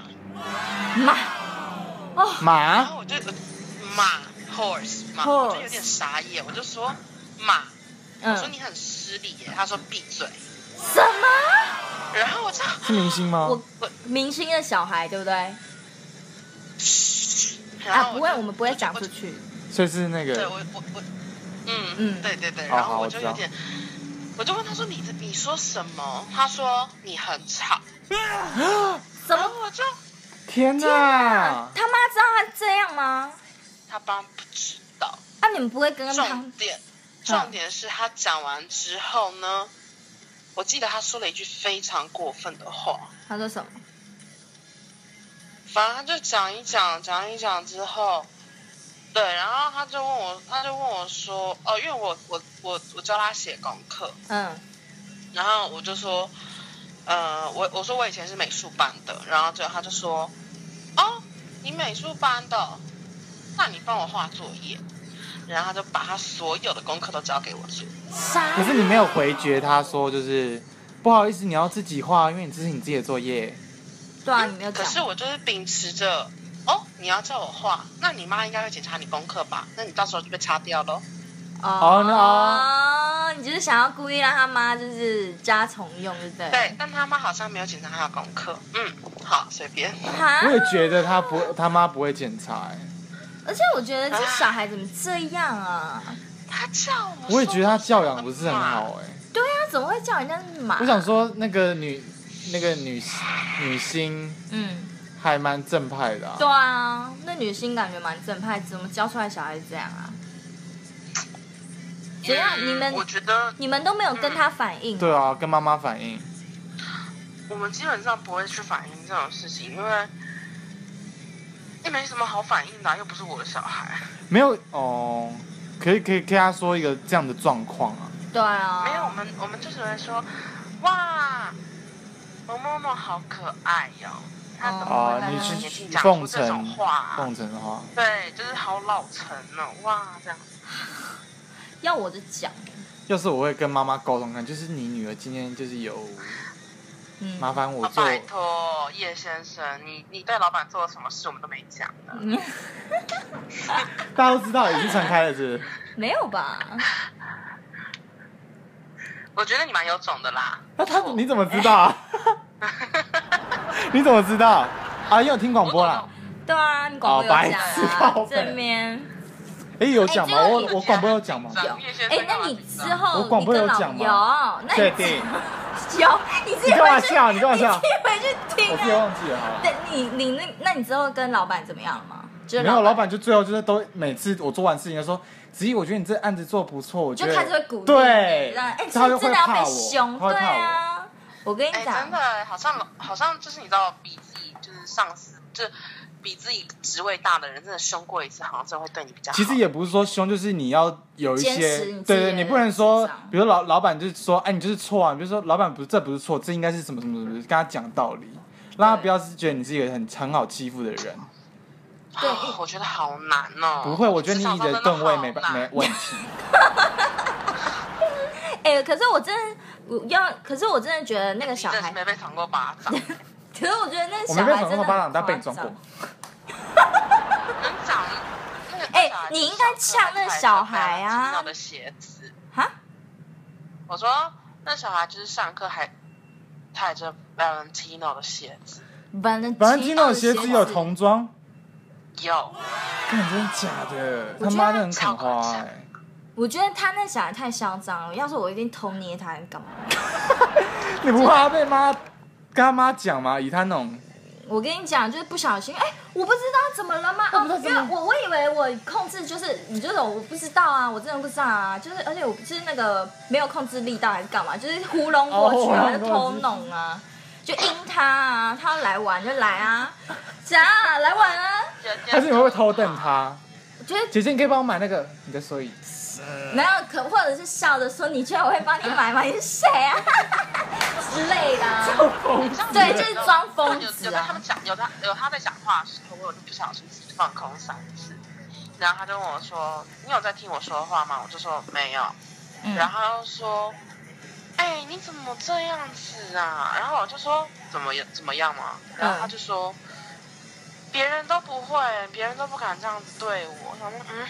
Speaker 3: 妈，哦，
Speaker 4: 然
Speaker 2: 马
Speaker 4: 后我就马 horse 马
Speaker 3: Horse
Speaker 4: 我就有点傻眼，我就说马，我说
Speaker 3: 嗯，
Speaker 4: 你很失礼耶，他说闭嘴，
Speaker 3: 什么？
Speaker 4: 然后我就是
Speaker 3: 啊
Speaker 2: 明星吗？
Speaker 3: 我明星的小孩，对不对？
Speaker 4: 然
Speaker 3: 啊，
Speaker 4: 后
Speaker 3: 不会，
Speaker 4: 就
Speaker 3: 我们不会
Speaker 4: 就
Speaker 3: 讲
Speaker 4: 我
Speaker 3: 出
Speaker 4: 就
Speaker 3: 去。
Speaker 2: 所以是那
Speaker 4: 对
Speaker 2: 个
Speaker 4: 我我我，嗯
Speaker 3: 嗯
Speaker 4: 嗯，对对对，
Speaker 2: 哦
Speaker 4: 然
Speaker 2: 好
Speaker 4: 后
Speaker 2: 我
Speaker 4: 我
Speaker 2: 知
Speaker 4: 就
Speaker 2: 道
Speaker 4: 有点，我就问他说你你说什么？他说你很吵，
Speaker 3: 怎
Speaker 4: 然
Speaker 3: 么？
Speaker 4: 后我就
Speaker 2: 天
Speaker 4: 啊
Speaker 2: 哪！
Speaker 3: 他妈知道他这样吗？
Speaker 4: 他爸不知道，
Speaker 3: 啊，你们嗯不会跟他
Speaker 4: 重点重点是他讲完之后呢，我记得他说了一句非常过分的话，
Speaker 3: 他说什么？
Speaker 4: 反正他就讲一讲，讲一讲之后，对，然后他就问我，他就问我说，哦，因为我我我我教他写功课，
Speaker 3: 嗯
Speaker 4: 然后我就说，呃，我我说我以前是美术班的，然后就他就说，哦，你美术班的哦，那你帮我画作业，然后他就把他所有的功课都交给我做，，
Speaker 3: 啥
Speaker 2: 可是你没有回绝他说，就是不好意思，你要自己画，因为你这是你自己的作业。
Speaker 3: 对啊，你没有
Speaker 4: 可
Speaker 3: 讲。
Speaker 4: 是我就是秉持着，哦，你要叫我画，那你妈应该会检查你功课吧？那你到时候就被擦掉喽。
Speaker 2: 哦那
Speaker 3: 哦，你就是想要故意让他妈就是加重用，对不对？
Speaker 4: 对，但他妈好像没有检查他的功课。嗯，好，随便。
Speaker 3: 哈
Speaker 2: 我也觉得他不，他妈不会检查、欸。
Speaker 3: 而且我觉得这小孩怎么这样啊？
Speaker 4: 他叫我，
Speaker 2: 我也觉得他教养不是很好、哎。
Speaker 3: 对啊，怎么会叫人家马？
Speaker 2: 我想说那个女那个女女星
Speaker 3: 嗯，
Speaker 2: 还蛮正派的、啊
Speaker 3: 对，啊，那女星感觉蛮正派，怎么教出来小孩子这样啊？
Speaker 4: 嗯
Speaker 3: 怎样？你们
Speaker 4: 我觉得
Speaker 3: 你们都没有跟他反应？
Speaker 2: 对啊，跟妈妈反映。
Speaker 4: 我们基本上不会去反映这种事情，因为也没什么好反应的啊、又不是我的小孩。
Speaker 2: 没有哦，可以可以跟他说一个这样的状况啊。
Speaker 3: 对啊，
Speaker 4: 没有，我们我们就只会说，哇，某某某好可爱哟、他怎么会
Speaker 2: 哦
Speaker 4: 在，
Speaker 2: 你
Speaker 4: 这个年纪
Speaker 2: 是
Speaker 4: 讲
Speaker 2: 奉
Speaker 4: 出这种
Speaker 2: 承
Speaker 4: 话、啊
Speaker 2: 奉？承的话，
Speaker 4: 对，就是好老成哦，哇，这样。
Speaker 3: 要我就讲，
Speaker 2: 要是我会跟妈妈沟通看，就是你女儿今天就是有
Speaker 3: 嗯，
Speaker 2: 麻烦我
Speaker 4: 啊、
Speaker 2: 做，
Speaker 4: 拜托，叶先生，你你对老板做了什么事，我们都没讲的。
Speaker 3: 嗯
Speaker 2: 大家都知道已经传开了是 不是？
Speaker 3: 没有吧？
Speaker 4: 我觉得你蛮有种的啦。
Speaker 2: 那他你怎么知道、 啊？
Speaker 4: 哦
Speaker 2: 你怎么知道？啊，因为我 听广播啦。
Speaker 3: 对啊，你广播有
Speaker 2: 哦白
Speaker 3: 讲
Speaker 2: 痴
Speaker 3: 啊
Speaker 2: 宝，贝
Speaker 3: 这边。
Speaker 2: 哎、有讲吗？
Speaker 3: 哎这个
Speaker 2: 我我广播有讲吗？
Speaker 3: 有
Speaker 4: 有，
Speaker 3: 哎，那你之
Speaker 2: 我
Speaker 3: 后
Speaker 2: 广
Speaker 3: 你
Speaker 2: 播
Speaker 3: 跟
Speaker 2: 有
Speaker 3: 老
Speaker 2: 讲
Speaker 3: 有，那
Speaker 2: 确
Speaker 3: 你
Speaker 2: 定？
Speaker 3: 有，你自己
Speaker 2: 你干嘛
Speaker 3: 回去
Speaker 2: 笑你干嘛笑
Speaker 3: 你自己
Speaker 2: 我
Speaker 3: 回去听
Speaker 2: 自己
Speaker 3: 啊。
Speaker 2: 忘记了好了。
Speaker 3: 对，你你那那你之后跟老板怎么样了吗？就是
Speaker 2: 没有，老板就最后就是都每次我做完事情就说，子怡，我觉得你这案子做不错，我觉
Speaker 3: 就
Speaker 2: 得
Speaker 3: 开始会鼓励你，
Speaker 2: 对，
Speaker 3: 让哎，
Speaker 2: 他就
Speaker 3: 真的
Speaker 2: 会
Speaker 3: 要
Speaker 2: 怕
Speaker 3: 被
Speaker 2: 我，
Speaker 3: 凶，
Speaker 2: 他会
Speaker 3: 对
Speaker 2: 怕我。
Speaker 3: 啊。我跟你
Speaker 4: 哎、
Speaker 3: 讲
Speaker 4: 真，的，好像好像就是你知道，比自己就是上司，就是比自己职位大的人，真的凶过一次，好像真的会对你比较好。
Speaker 2: 其实也不是说凶，就是你要有一
Speaker 3: 坚
Speaker 2: 些
Speaker 3: 持你自己，的
Speaker 2: 对对，你不能说
Speaker 3: 立场，
Speaker 2: 比如老老板就是说，哎，你就是错啊，你就说老板不是这不是错，这应该是什么什么什么，跟他讲道理，让他不要是觉得你是一个很很好欺负的人。
Speaker 4: 啊
Speaker 3: 对
Speaker 4: 我觉得好难哦。
Speaker 2: 不会，我觉得你的吨位没
Speaker 4: 职场上真的好
Speaker 2: 没
Speaker 4: 难
Speaker 2: 问题。
Speaker 3: 哎，可是我真的我要，可是我真的觉得那个小
Speaker 4: 你真
Speaker 3: 孩
Speaker 4: 的是，没被捅过巴 掌，
Speaker 3: 可是我觉得那个
Speaker 2: 我
Speaker 3: 小
Speaker 2: 没
Speaker 3: 孩
Speaker 2: 被
Speaker 3: 真
Speaker 2: 捅过
Speaker 3: 的很
Speaker 2: 巴掌，但被你
Speaker 3: 夸
Speaker 2: 撞
Speaker 3: 张
Speaker 2: 过。
Speaker 4: 能长。那个
Speaker 3: 哎
Speaker 4: 小孩
Speaker 3: 你应该呛那小孩啊
Speaker 4: 上课还穿那样奇妙的鞋子，
Speaker 3: 哈，
Speaker 4: 我说那小孩就是上课还踩着 Valentino 的鞋子，
Speaker 2: 反
Speaker 3: 反
Speaker 2: 正金诺的鞋子有童装，
Speaker 4: 有
Speaker 2: 看真的假的？
Speaker 3: 我
Speaker 2: 他
Speaker 3: 觉得
Speaker 2: 妈的很砍花哎、
Speaker 3: 我觉得他那小孩太嚣张了，要是我一定偷捏他，你干嘛？
Speaker 2: 你不怕被妈跟他妈讲吗？以他那种，
Speaker 3: 我跟你讲，就是不小心，哎、我不知道怎么了吗？
Speaker 2: 我
Speaker 3: 哦
Speaker 2: 不知道，怎
Speaker 3: 因
Speaker 2: 么
Speaker 3: 为我我以为我控制就是你这种，我不知道啊，我真的不知道啊，就是而且我就是那个没有控制力道还是干嘛，就是糊弄过
Speaker 2: 哦
Speaker 3: 去，
Speaker 2: 糊弄过去
Speaker 3: 然后就偷弄啊，就阴他啊，他要来玩就来啊，咋啊来玩啊？
Speaker 2: 但是你会不会偷瞪他？
Speaker 3: 我觉得
Speaker 2: 姐姐，你可以帮我买那个？你在说一，
Speaker 3: 没有可，或者是笑着说你觉得我会帮你买吗？你是谁啊？ 之类的啊、对就是装疯子啊
Speaker 4: 有有在他们讲，有他有他在讲话的时候，我有不小心自己放空三次，然后他就问我说：“你有在听我说话吗？”我就说没有，
Speaker 3: 嗯
Speaker 4: 然后他就说：“哎、你怎么这样子啊？”然后我就说：“怎么样怎么样嘛？”
Speaker 3: 嗯
Speaker 4: 然后他就说：“别人都不会，别人都不敢这样子对我。”他说：“嗯，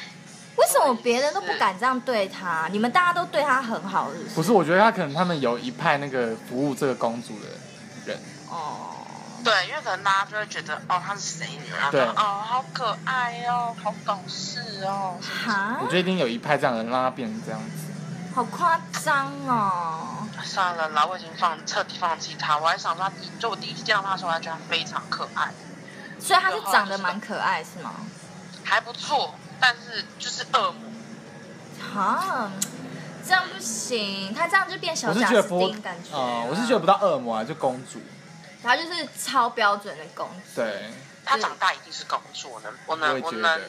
Speaker 3: 为什么别人都不敢这样对他？你们大家都对他很好，是不是？
Speaker 2: 不是，我觉得他可能他们有一派那个服务这个公主的
Speaker 3: 哦，
Speaker 4: 对，因为可能大家就会觉得哦，她是谁女儿，然后就
Speaker 2: 对
Speaker 4: 哦，好可爱哦，好懂事哦，什么
Speaker 3: 哈
Speaker 2: 我，觉得一定有一派这样的人让他变成这样子。
Speaker 3: 好夸张哦！
Speaker 4: 算了啦，我已经放彻底放弃他。我还想说他，就我第一次见到他的时候，我还觉得他非常可爱，
Speaker 3: 所以他是长得蛮可爱是吗？
Speaker 4: 还不错，但是就是恶魔。
Speaker 3: 哈，这样不行，他这样就变小
Speaker 2: 我是
Speaker 3: 贾
Speaker 2: 觉得
Speaker 3: 斯
Speaker 2: 不
Speaker 3: 汀感，觉。啊
Speaker 2: 呃，我是觉得不到恶魔啊，就公主。
Speaker 3: 他就是超标准的公主。
Speaker 2: 对，
Speaker 4: 他长大一定是工作，我能，我
Speaker 2: 我
Speaker 4: 能，
Speaker 2: 也
Speaker 4: 我
Speaker 2: 觉
Speaker 4: 能
Speaker 2: 得，，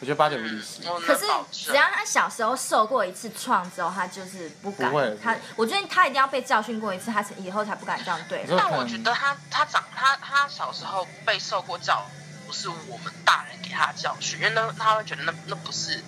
Speaker 2: 我觉得八九不离
Speaker 4: 嗯
Speaker 2: 十。
Speaker 4: 我
Speaker 3: 可是
Speaker 4: 能保
Speaker 3: 只
Speaker 4: 证
Speaker 3: 要。他小时候受过一次创之后，他就是不敢。
Speaker 2: 不会
Speaker 3: 他我觉得他一定要被教训过一次，他才以后才不敢这样对
Speaker 2: 你说
Speaker 3: 人。
Speaker 4: 但我
Speaker 2: 可
Speaker 4: 觉
Speaker 2: 能
Speaker 4: 得他他长他他小时候被受过教，不是我们大人给他的教训，因为那他会觉得那那不是，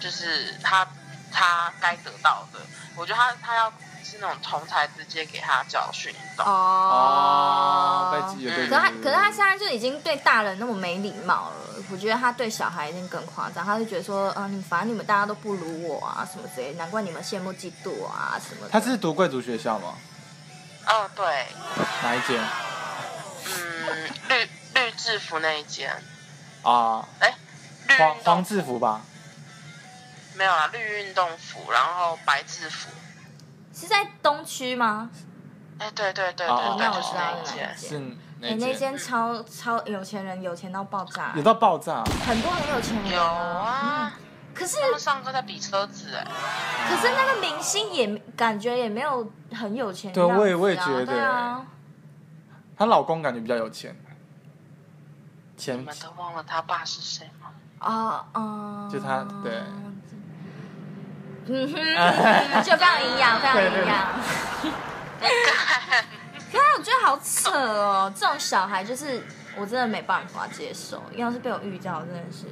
Speaker 4: 就是他他该得到的。我觉得他他要是那种同才直接给他的教训，你懂？
Speaker 2: 哦，被
Speaker 3: 可
Speaker 2: 记得对。
Speaker 4: 嗯
Speaker 3: 是他，
Speaker 2: 对
Speaker 3: 可
Speaker 2: 对
Speaker 3: 是他现在就已经对大人那么没礼貌了。我觉得他对小孩一定更夸张，他就觉得说，嗯、你反正你们大家都不如我啊，什么之类的，难怪你们羡慕嫉妒啊什么的。
Speaker 2: 他是读贵族学校吗？
Speaker 4: 哦，对，
Speaker 2: 哪一间
Speaker 4: 嗯，绿绿制服那一间，
Speaker 2: 啊？
Speaker 4: 哎，绿
Speaker 2: 黄
Speaker 4: 运
Speaker 2: 黄
Speaker 4: 动
Speaker 2: 制服吧？
Speaker 4: 没有啦，绿运动服，然后白制服。
Speaker 3: 是在东区吗？
Speaker 4: 哎，对对对对
Speaker 2: 哦
Speaker 4: 对，
Speaker 2: 那我
Speaker 4: 就是
Speaker 2: 知
Speaker 4: 那
Speaker 2: 道
Speaker 4: 一
Speaker 3: 了
Speaker 4: 间。
Speaker 2: 是
Speaker 3: 哎、
Speaker 2: 哪
Speaker 3: 那
Speaker 2: 间？
Speaker 3: 间超超有钱人，有钱到爆炸
Speaker 2: 有，到爆炸，啊
Speaker 3: 很多很有钱
Speaker 2: 哦
Speaker 3: 人、
Speaker 4: 有啊，
Speaker 3: 嗯。可是
Speaker 4: 他们上课在比车子，哎，
Speaker 3: 可是那个明星也感觉也没有很有钱的
Speaker 2: 对
Speaker 3: 样子啊、
Speaker 2: 我也我也觉得
Speaker 3: 对啊，
Speaker 2: 她老公感觉比较有钱，
Speaker 4: 你
Speaker 2: 前
Speaker 4: 们都忘了他爸是谁吗？
Speaker 3: 啊啊，
Speaker 2: 就他对。
Speaker 3: 嗯哼， 就非常营养，非常营养。可是我觉得好扯哦，这种小孩就是我真的没办法接受。要是被我遇到，真的是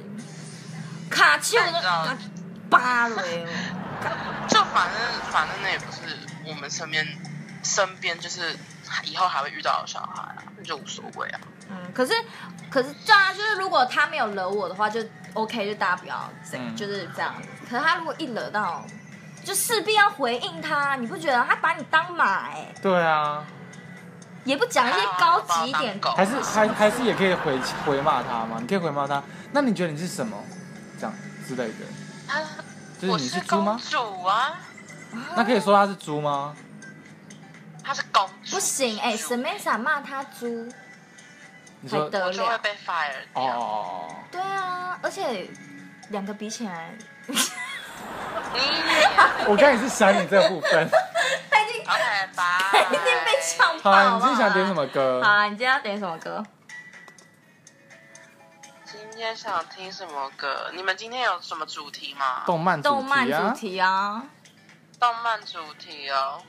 Speaker 3: 卡丘我
Speaker 4: 知道
Speaker 3: 都扒了哦。
Speaker 4: 就反正反正那也不是我们身边身边就是以后还会遇到的小孩啊，就无所谓啊。
Speaker 3: 嗯，可是可是对啊，就是如果他没有惹我的话，就 OK，就大家不要这、
Speaker 2: 嗯
Speaker 3: 就是这样。可是他如果一惹到，就势必要回应他，你不觉得他把你当马哎、
Speaker 2: 对啊，
Speaker 3: 也不讲一些高级一点
Speaker 4: 狗
Speaker 2: 还是还还是也可以回回骂他嘛？你可以回骂他，那你觉得你是什么？这样之类的，
Speaker 4: 他
Speaker 2: 就是
Speaker 4: 我
Speaker 2: 你
Speaker 4: 是
Speaker 2: 猪
Speaker 4: 公
Speaker 2: 吗？
Speaker 4: 主啊，
Speaker 2: 那可以说他是猪吗？
Speaker 4: 她是公主，
Speaker 3: 不行哎、
Speaker 4: 什么
Speaker 3: Samantha 骂他猪
Speaker 2: 你
Speaker 3: 还
Speaker 2: 说哦
Speaker 3: 得
Speaker 4: 我就会
Speaker 3: 了？
Speaker 4: 被 fire
Speaker 2: 哦
Speaker 4: 掉。
Speaker 2: 哦哦，
Speaker 3: 对啊，而且两个比起来，
Speaker 4: 你也
Speaker 2: 哦我刚才是想你这部 分，
Speaker 3: 他已经
Speaker 4: OK 吧？
Speaker 3: 他 已经被呛
Speaker 2: 好，
Speaker 3: 爆
Speaker 2: 啊
Speaker 3: 了。
Speaker 2: 你是想点什么歌
Speaker 3: 哎好？啊，你今天要点什么歌？
Speaker 4: 今天想听什么歌？你们今天有什么主题吗？
Speaker 2: 动漫
Speaker 3: 动漫
Speaker 2: 啊
Speaker 3: 主，题啊，
Speaker 4: 动漫主题哦，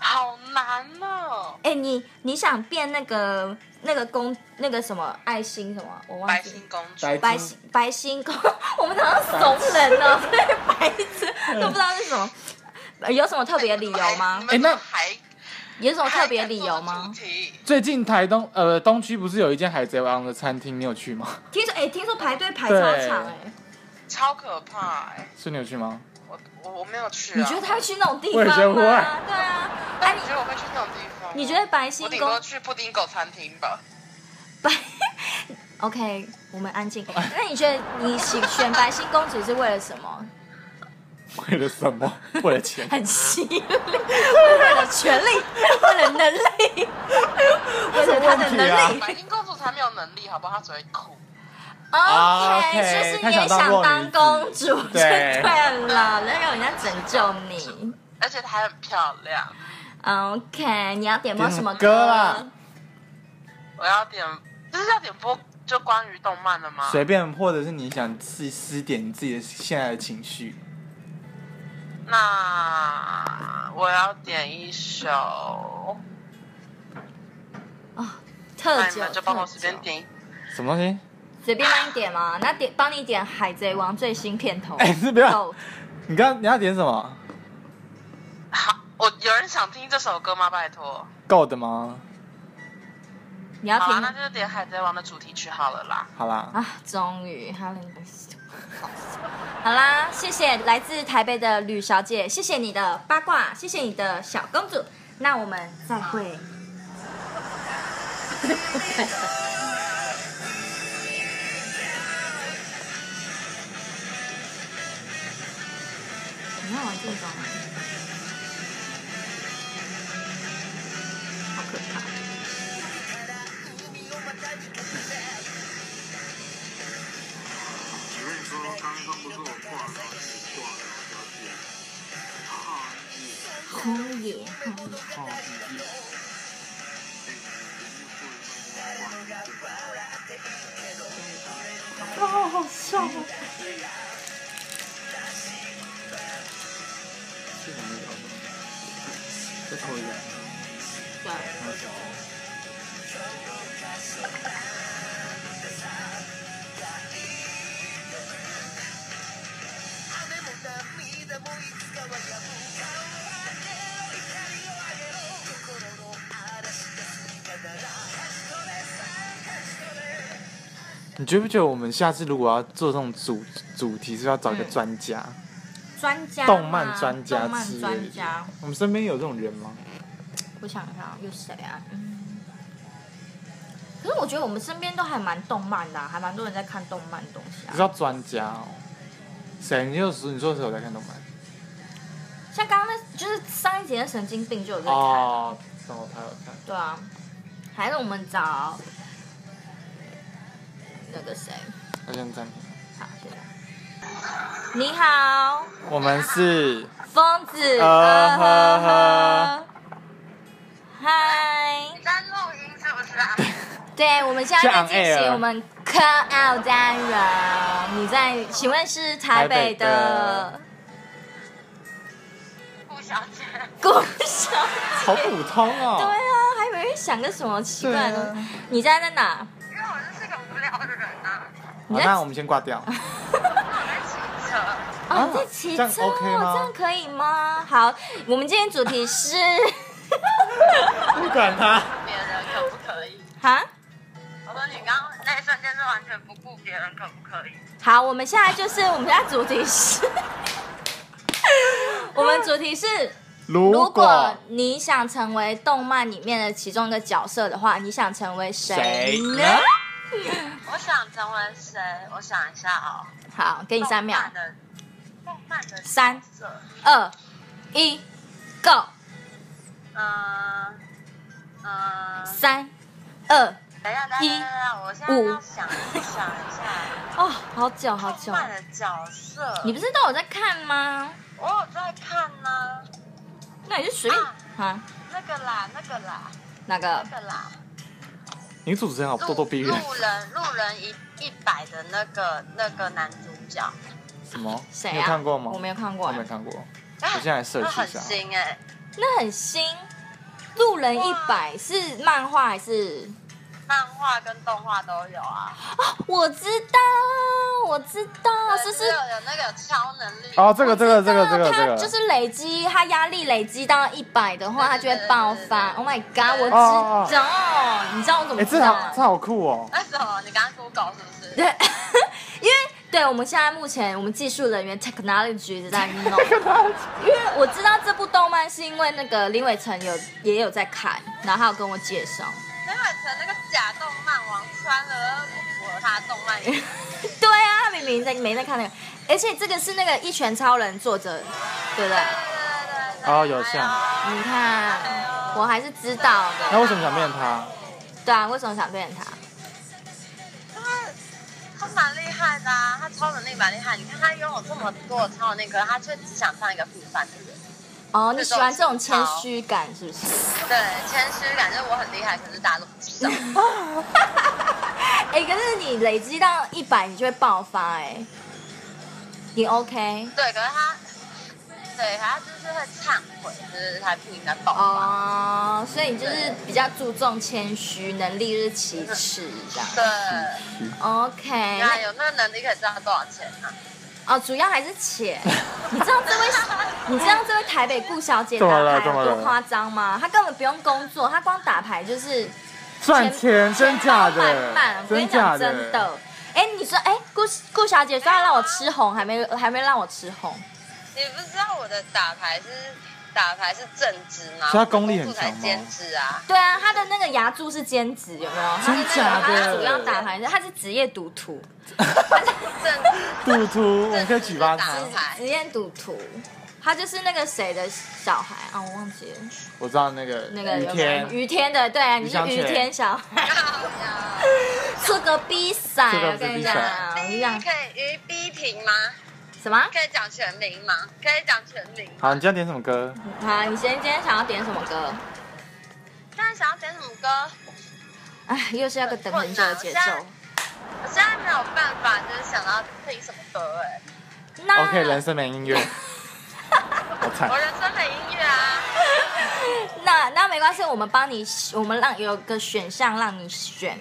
Speaker 4: 好难哦。
Speaker 3: 哎、你你想变那个那个公那个什么爱心什么？我忘
Speaker 4: 白
Speaker 3: 记了。
Speaker 4: 星公主，
Speaker 2: 白
Speaker 3: 白星白星公， 我们好像怂人哦，对，白痴都不知道是什么。呃有什么特别理由吗
Speaker 4: 你？
Speaker 2: 哎
Speaker 4: 们
Speaker 2: 那
Speaker 4: 还
Speaker 3: 有什么特别理由吗？
Speaker 2: 最近台东呃东区不是有一间海贼王的餐厅，你有去吗？
Speaker 3: 听说哎、听说排队排超
Speaker 2: 对
Speaker 3: 长哎、
Speaker 4: 超可怕哎、
Speaker 2: 是你有去吗？
Speaker 4: 我我我没有去、啊。
Speaker 3: 你觉得他会去那种地
Speaker 2: 我
Speaker 3: 方
Speaker 2: 也
Speaker 3: 吗？
Speaker 2: 觉得会
Speaker 3: 对啊，哎、
Speaker 4: 你觉得我会去那种地方吗？哦
Speaker 3: 你你觉得白
Speaker 4: 我
Speaker 3: 星
Speaker 4: 顶多
Speaker 3: 公
Speaker 4: 去布丁狗餐厅吧。
Speaker 3: 白 ？OK，我们安静。
Speaker 4: 哎
Speaker 3: 那你觉得你喜选白星公主是为了什 么？
Speaker 2: 为了什么？为了钱。
Speaker 3: 很犀利，为了权 力，为了能力，为了他的
Speaker 2: 什么问题啊
Speaker 3: 能力。
Speaker 4: 白金公主才没有能力，好不好？她只会哭。
Speaker 2: 啊
Speaker 3: OK，
Speaker 2: ，OK，
Speaker 3: 就是
Speaker 2: 他
Speaker 3: 你
Speaker 2: 想
Speaker 3: 也
Speaker 2: 当
Speaker 3: 想
Speaker 2: 弱
Speaker 3: 当
Speaker 2: 女
Speaker 3: 公主就
Speaker 2: 对
Speaker 3: 对了，那让人家拯救你。
Speaker 4: 而且她很漂亮。
Speaker 3: OK，你要点播什么
Speaker 2: 点歌啦
Speaker 4: 我要点，这是要点播就关于动漫的吗？
Speaker 2: 随便，或者是你想自己私点你自己的现在的情绪。
Speaker 4: 那我要点一首，
Speaker 3: 哦，特
Speaker 4: 哎那你
Speaker 3: 久，
Speaker 4: 们就帮我
Speaker 3: 特
Speaker 4: 随便
Speaker 3: 久
Speaker 4: 点一。
Speaker 2: 什么东西？
Speaker 3: 随便帮你点嘛，那点帮你点《海贼王》最新片头。
Speaker 2: 哎是不要
Speaker 3: 走
Speaker 2: 你刚你要点什么
Speaker 4: 好，我有人想听这首歌吗？拜托。
Speaker 2: 够的吗？
Speaker 3: 你要
Speaker 4: 好
Speaker 3: 听
Speaker 4: 啊，那就点《海贼王》的主题曲好了啦。
Speaker 2: 好啦，
Speaker 3: 啊！终于，哈林的好啦，谢谢来自台北的吕小姐，谢谢你的八卦，谢谢你的小公主。那我们再会。 你要玩这种吗？好可怕！
Speaker 5: 我跟你说，刚刚不是我挂了，你挂了，小姐。好意思，
Speaker 3: 红野，红野
Speaker 5: 好意思。哎，你会不会挂你的？
Speaker 3: 哇，好笑哦！
Speaker 2: 这两个搞不懂，这口音，
Speaker 3: 对，
Speaker 2: 好笑。你觉不觉得我们下次如果要做这种主主题，是要找一个
Speaker 3: 嗯
Speaker 2: 专家？
Speaker 3: 专家嘛，
Speaker 2: 动漫专家
Speaker 3: 动
Speaker 2: 之
Speaker 3: 漫
Speaker 2: 类
Speaker 3: 专
Speaker 2: 的
Speaker 3: 家。。
Speaker 2: 我们身边有这种人吗？
Speaker 3: 我想一下，有谁啊？嗯。可是我觉得我们身边都还蛮动漫的啊、还蛮多人在看动漫的东西
Speaker 2: 你
Speaker 3: 啊
Speaker 2: 知。道专家哦？谁？你有时你说谁有在看动漫？
Speaker 3: 像刚刚那，就是上一节的神经病就有在看。
Speaker 2: 哦，然后他有看。
Speaker 3: 对啊，还是我们找那个谁？
Speaker 2: 那先暂停。
Speaker 3: 好，对啊。你好，
Speaker 2: 我们是
Speaker 3: 疯子。
Speaker 2: 呃
Speaker 3: 呃
Speaker 2: 呵
Speaker 3: 呵
Speaker 2: 呵
Speaker 3: 呵。嗨。
Speaker 4: 在录音是不是啊？
Speaker 3: 对，我们现在在进
Speaker 2: 是 on air
Speaker 3: 行我们 call out 单元。你在？请问是台北的
Speaker 4: 顾小姐，
Speaker 3: 故乡？
Speaker 2: 好普通哦。
Speaker 3: 对啊，还以为想个什么奇怪
Speaker 2: 对
Speaker 3: 的
Speaker 2: 啊
Speaker 3: 东西。你家在哪？
Speaker 4: 因为我就是个无聊的人啊，
Speaker 2: 好，
Speaker 3: 你在
Speaker 2: 那我们先挂 掉。
Speaker 4: 我在骑车。
Speaker 2: 啊
Speaker 3: 哦，你在骑
Speaker 2: 这样
Speaker 3: 车
Speaker 2: OK 吗
Speaker 3: 这样可以吗？好，我们今天主 题是
Speaker 2: 不管他。
Speaker 4: 别人可不可以？
Speaker 3: 啊，
Speaker 4: 我说你刚刚那一瞬间是完全不顾别人可不可以？
Speaker 3: 好，我们现在就是我们现在主题 是，我们主题是。如
Speaker 2: 如
Speaker 3: 果你想成为动漫里面的其中一个角色的话，你想成为谁
Speaker 2: 谁
Speaker 3: 呢？
Speaker 2: 呢
Speaker 4: 我想成为谁？我想一下哦。
Speaker 3: 好，给你三秒
Speaker 4: 动漫，的。动漫的
Speaker 3: 三
Speaker 4: 角色。
Speaker 3: 二一，Go！
Speaker 4: 嗯嗯。
Speaker 3: 三二
Speaker 4: 等一下，等一下，等一下，我现在要想一想一下。
Speaker 3: 哦，好久好久
Speaker 4: 动，漫的角色。
Speaker 3: 你不是都有在看吗？
Speaker 4: 我有在看呢、
Speaker 3: 那你就随便啊，
Speaker 4: 那个啦，那个啦，
Speaker 3: 哪
Speaker 4: 那
Speaker 3: 个？
Speaker 4: 个啦。
Speaker 2: 你主持人好咄咄逼
Speaker 4: 路
Speaker 2: 人。
Speaker 3: 哦
Speaker 4: 路人路人一一百的那个那个男主角，
Speaker 2: 什么？
Speaker 3: 谁啊？
Speaker 2: 你有看过吗？
Speaker 3: 我没
Speaker 2: 有。
Speaker 3: 有看过
Speaker 2: 我
Speaker 3: 欸
Speaker 2: 没，看过。
Speaker 4: 我
Speaker 2: 我现在来 search 一下
Speaker 4: 很新哎、
Speaker 3: 那很新。路人一百是漫画还是？
Speaker 4: 漫画跟动画都有啊。
Speaker 3: 我知道，我知道，哦是是
Speaker 4: 有有那个超能力。
Speaker 2: 哦，这个这个这个
Speaker 3: 我
Speaker 2: 这
Speaker 3: 知道
Speaker 2: 个这
Speaker 3: 他
Speaker 2: 个。
Speaker 3: 就是累积，他压力累积到一百的话，他就会爆发。
Speaker 4: 对
Speaker 3: Oh my god！我
Speaker 2: 哦哦
Speaker 3: 知道，你知道我怎么
Speaker 2: 哎，
Speaker 3: 知
Speaker 2: 这
Speaker 3: 道
Speaker 2: 好
Speaker 3: 吗
Speaker 2: 这？好酷哦。
Speaker 4: 为什么？你刚刚 Google 是不是？
Speaker 3: 对， 因为对我们现在目前我们技术人员 technology 在弄，因为我知道这部动漫是因为那个林伟成有也有在看，然后他有跟我介绍。
Speaker 4: 林伟成那个假动漫王穿了不符合他的动漫 衣服，
Speaker 3: 对啊，他明明在没在看那个，而且这个是那个《一拳超人》作者，对不对？
Speaker 4: 对对对对。
Speaker 2: 哦有像
Speaker 4: 哎呦
Speaker 3: 你看，我还是知道的。
Speaker 2: 那为什么想变他？
Speaker 3: 对啊，为什么想变他？
Speaker 4: 因为他蛮厉害的啊，他超能力蛮厉害。你看他拥有这么多的超能力，可是他却只想当一个平凡的人。
Speaker 3: 哦，你喜欢这种谦虚感是不 是？
Speaker 4: 对，谦虚感就是我很厉害，可是大家都不知道。
Speaker 3: 哎、可是你累积到一百，你就会爆发哎、你 OK
Speaker 4: 对，可是他，对，他就是会忏悔，就是他不应该爆发。
Speaker 3: 哦，所以你就是比较注重谦虚，能力是其次这样。
Speaker 4: 对，
Speaker 3: OK，
Speaker 4: 那
Speaker 3: 那
Speaker 4: 有那个能力可以赚到多少钱
Speaker 6: 啊
Speaker 4: 呢、
Speaker 3: 哦，主要还是 钱。你知道这位，你知道这位台北顾小姐
Speaker 2: 怎
Speaker 3: 打
Speaker 2: 么了
Speaker 3: 牌有
Speaker 2: 怎么
Speaker 3: 多
Speaker 2: 了
Speaker 3: 夸张吗？她根本不用工作，她光打牌就是
Speaker 2: 赚钱真假
Speaker 3: 满
Speaker 2: 的
Speaker 3: 满，我跟你
Speaker 2: 真
Speaker 3: 讲
Speaker 2: 假
Speaker 3: 真的。哎、你说，哎、顾顾小姐说要让我吃红，还没还没让我吃红。
Speaker 4: 你不知道我的打牌是
Speaker 6: 打牌是正职嘛，
Speaker 2: 所以他功力
Speaker 6: 我
Speaker 2: 很
Speaker 6: 工作才
Speaker 2: 强吗
Speaker 6: 兼职啊。
Speaker 3: 对啊，他的那个牙柱是兼职，有没有？他
Speaker 2: 真假
Speaker 3: 他
Speaker 2: 的
Speaker 3: 主要打牌是，他是职业赌徒，
Speaker 6: 正职
Speaker 2: 赌徒，我
Speaker 6: 啊
Speaker 2: 们可以举报 他
Speaker 6: 正。职
Speaker 3: 职业赌徒，他就是那个谁的小孩啊，我忘记了，
Speaker 2: 我知道那个
Speaker 3: 那个
Speaker 2: 雨
Speaker 3: 有没有
Speaker 2: 天，
Speaker 3: 于天的，对啊，你是
Speaker 2: 于香
Speaker 3: 于
Speaker 2: 雪
Speaker 3: 天小孩，
Speaker 6: 好呀，
Speaker 3: 出个比赛，啊
Speaker 2: 出个
Speaker 3: 我跟你
Speaker 2: 比
Speaker 3: 讲
Speaker 2: 赛，
Speaker 3: 我跟你讲
Speaker 6: 可以于逼停吗？
Speaker 3: 什么？
Speaker 6: 可以讲全名吗？可以讲全名吗。
Speaker 2: 好，你今天点什么歌？
Speaker 3: 好，你先今天想要点什么歌？
Speaker 6: 现在想要点什么歌？
Speaker 3: 哎，又是要个等很久的节奏。
Speaker 6: 我现在没有办法，就是想到听什么歌哎、
Speaker 3: 那
Speaker 2: OK，人生没 音乐，好惨
Speaker 6: 我。人生没音乐啊，
Speaker 3: 那那没关系，我们帮你，我们让有个选项让你选。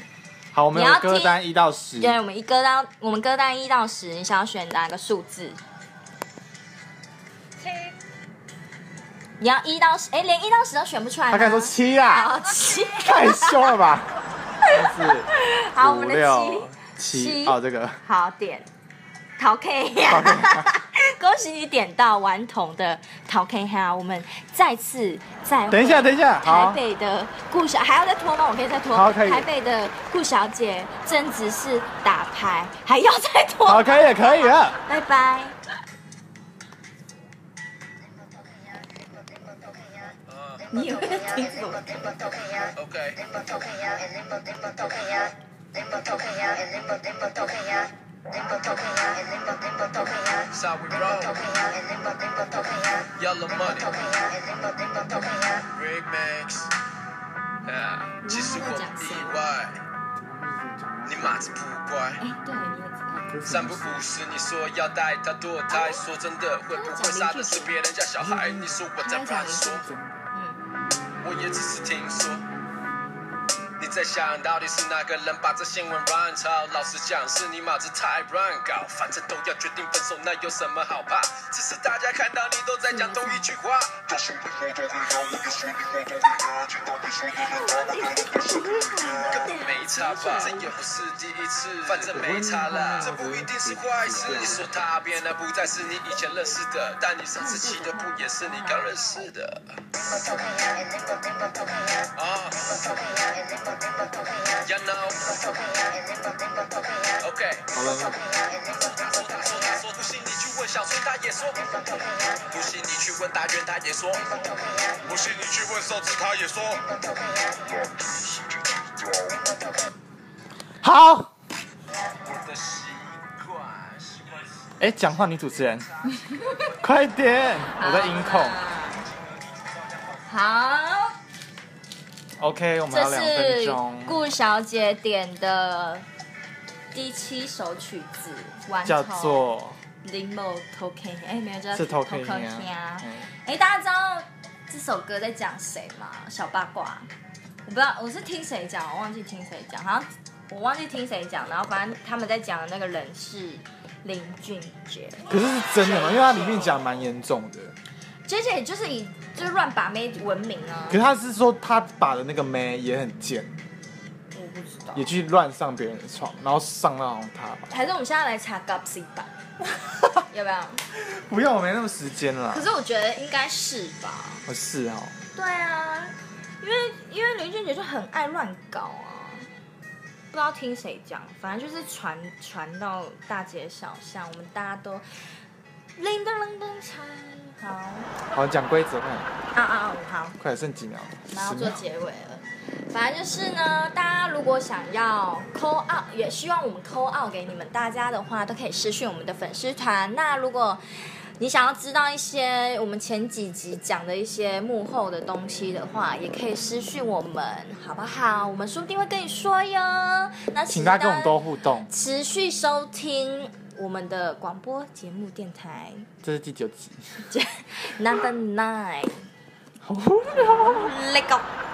Speaker 2: 好，我们有
Speaker 3: 你要
Speaker 2: 歌单
Speaker 3: 听
Speaker 2: 一到十，
Speaker 3: 对，我们一歌单，我们歌单一到十，你想要选哪个数字？
Speaker 6: 听
Speaker 3: 你要一到十，哎，连一到十都选不出来吗。
Speaker 2: 他刚才说七啊，
Speaker 3: 好七，
Speaker 2: 太凶了 吧？但
Speaker 3: 好，我
Speaker 2: 是五
Speaker 3: 们的
Speaker 2: 六
Speaker 3: 七，
Speaker 2: 七
Speaker 3: 七
Speaker 2: 哦，这个
Speaker 3: 好点，陶 K
Speaker 2: 陶 K
Speaker 3: 呀， 恭喜你点到顽童的陶 K 哈，我们再次再会
Speaker 2: 等一下，等一下，
Speaker 3: 台
Speaker 2: 好，
Speaker 3: 北的顾小还要再拖吗？我可以再拖。
Speaker 2: 好可以
Speaker 3: 台北的顾小姐正值是打牌，还要再拖。
Speaker 2: 好，可以了，可以了。
Speaker 3: 拜拜。你有在听什么？
Speaker 1: OK。So we roll. Yellow money. Rig Max. 啊，其实我不意外，你妈是不乖。
Speaker 3: 哎，对，你也知道。
Speaker 1: 三不五时，你说要带他堕胎，说真的，会不会杀的是别人家小孩？你说我在乱说，我也只是听说。你在想到底是哪个人把这新闻乱炒？老实讲，是你妈这太乱搞，反正都要决定分手，那有什么好怕？只是大家看到你都在讲同一句话。没差吧？这也不是第一次，反正没差啦。这不一定是坏事。你说他变得不再是你以前认识的，但你上次骑的不也是你刚认识的？啊，You know，OK。
Speaker 2: 好了，
Speaker 1: 他说他说他说，不信你去问小春，他也说。不信你去问大元，他也说。不信你去问寿司，他也说。
Speaker 2: 好。
Speaker 1: 我的习惯，习惯是。
Speaker 2: 哎，讲话女主 持人，快点，我在音控。
Speaker 3: 好，
Speaker 2: OK，我们
Speaker 3: 这
Speaker 2: 还有两分
Speaker 3: 是
Speaker 2: 钟。
Speaker 3: 顾小姐点的第七首曲子，顽
Speaker 2: 叫
Speaker 3: 童
Speaker 2: 做
Speaker 3: 林某 t o k 哎，没有叫
Speaker 2: 是
Speaker 3: t
Speaker 2: Talking 啊，嗯
Speaker 3: 哎，大家知道这首歌在讲谁吗？小八卦，我不知道，我是听谁讲，我忘记听谁讲，好像我忘记听谁讲，然后反正他们在讲的那个人是林俊杰，
Speaker 2: 可是是真的吗？因为它里面讲蛮严重的，
Speaker 3: 杰姐就是以就是乱把妹闻名啊
Speaker 2: 可，是他是说他把的那个妹也很贱，
Speaker 3: 我不知 道
Speaker 2: 也，去乱上别人的床，然后上到他吧。
Speaker 3: 还是我们现在来查 Gossip 吧，有没有？
Speaker 2: 不用，我没那么时间啦
Speaker 3: 可。是我觉得应该是吧，
Speaker 2: 我是哦，
Speaker 3: 对啊，因为因为林俊杰就很爱乱搞啊，不知道听谁讲，反正就是传传到大街小巷，我们大家都铃铛铃铛锵，好
Speaker 2: 好讲规则，快点，
Speaker 3: 啊啊啊，好，
Speaker 2: 快点，剩几秒？
Speaker 3: 然后
Speaker 2: 十
Speaker 3: 做
Speaker 2: 秒。
Speaker 3: 结尾了。反正就是呢，大家如果想要扣 out，也希望我们扣 out 给你们大家的话，都可以私讯我们的粉丝团。那如果你想要知道一些我们前几集讲的一些幕后的东西的话，也可以私讯我们，好不好？我们说不定会跟你说哟。那
Speaker 2: 请大家跟我们多互动。
Speaker 3: 持续收听我们的广播节目电台
Speaker 2: 这是第九集。
Speaker 3: Number Nine，
Speaker 2: 好无聊。
Speaker 3: Let go。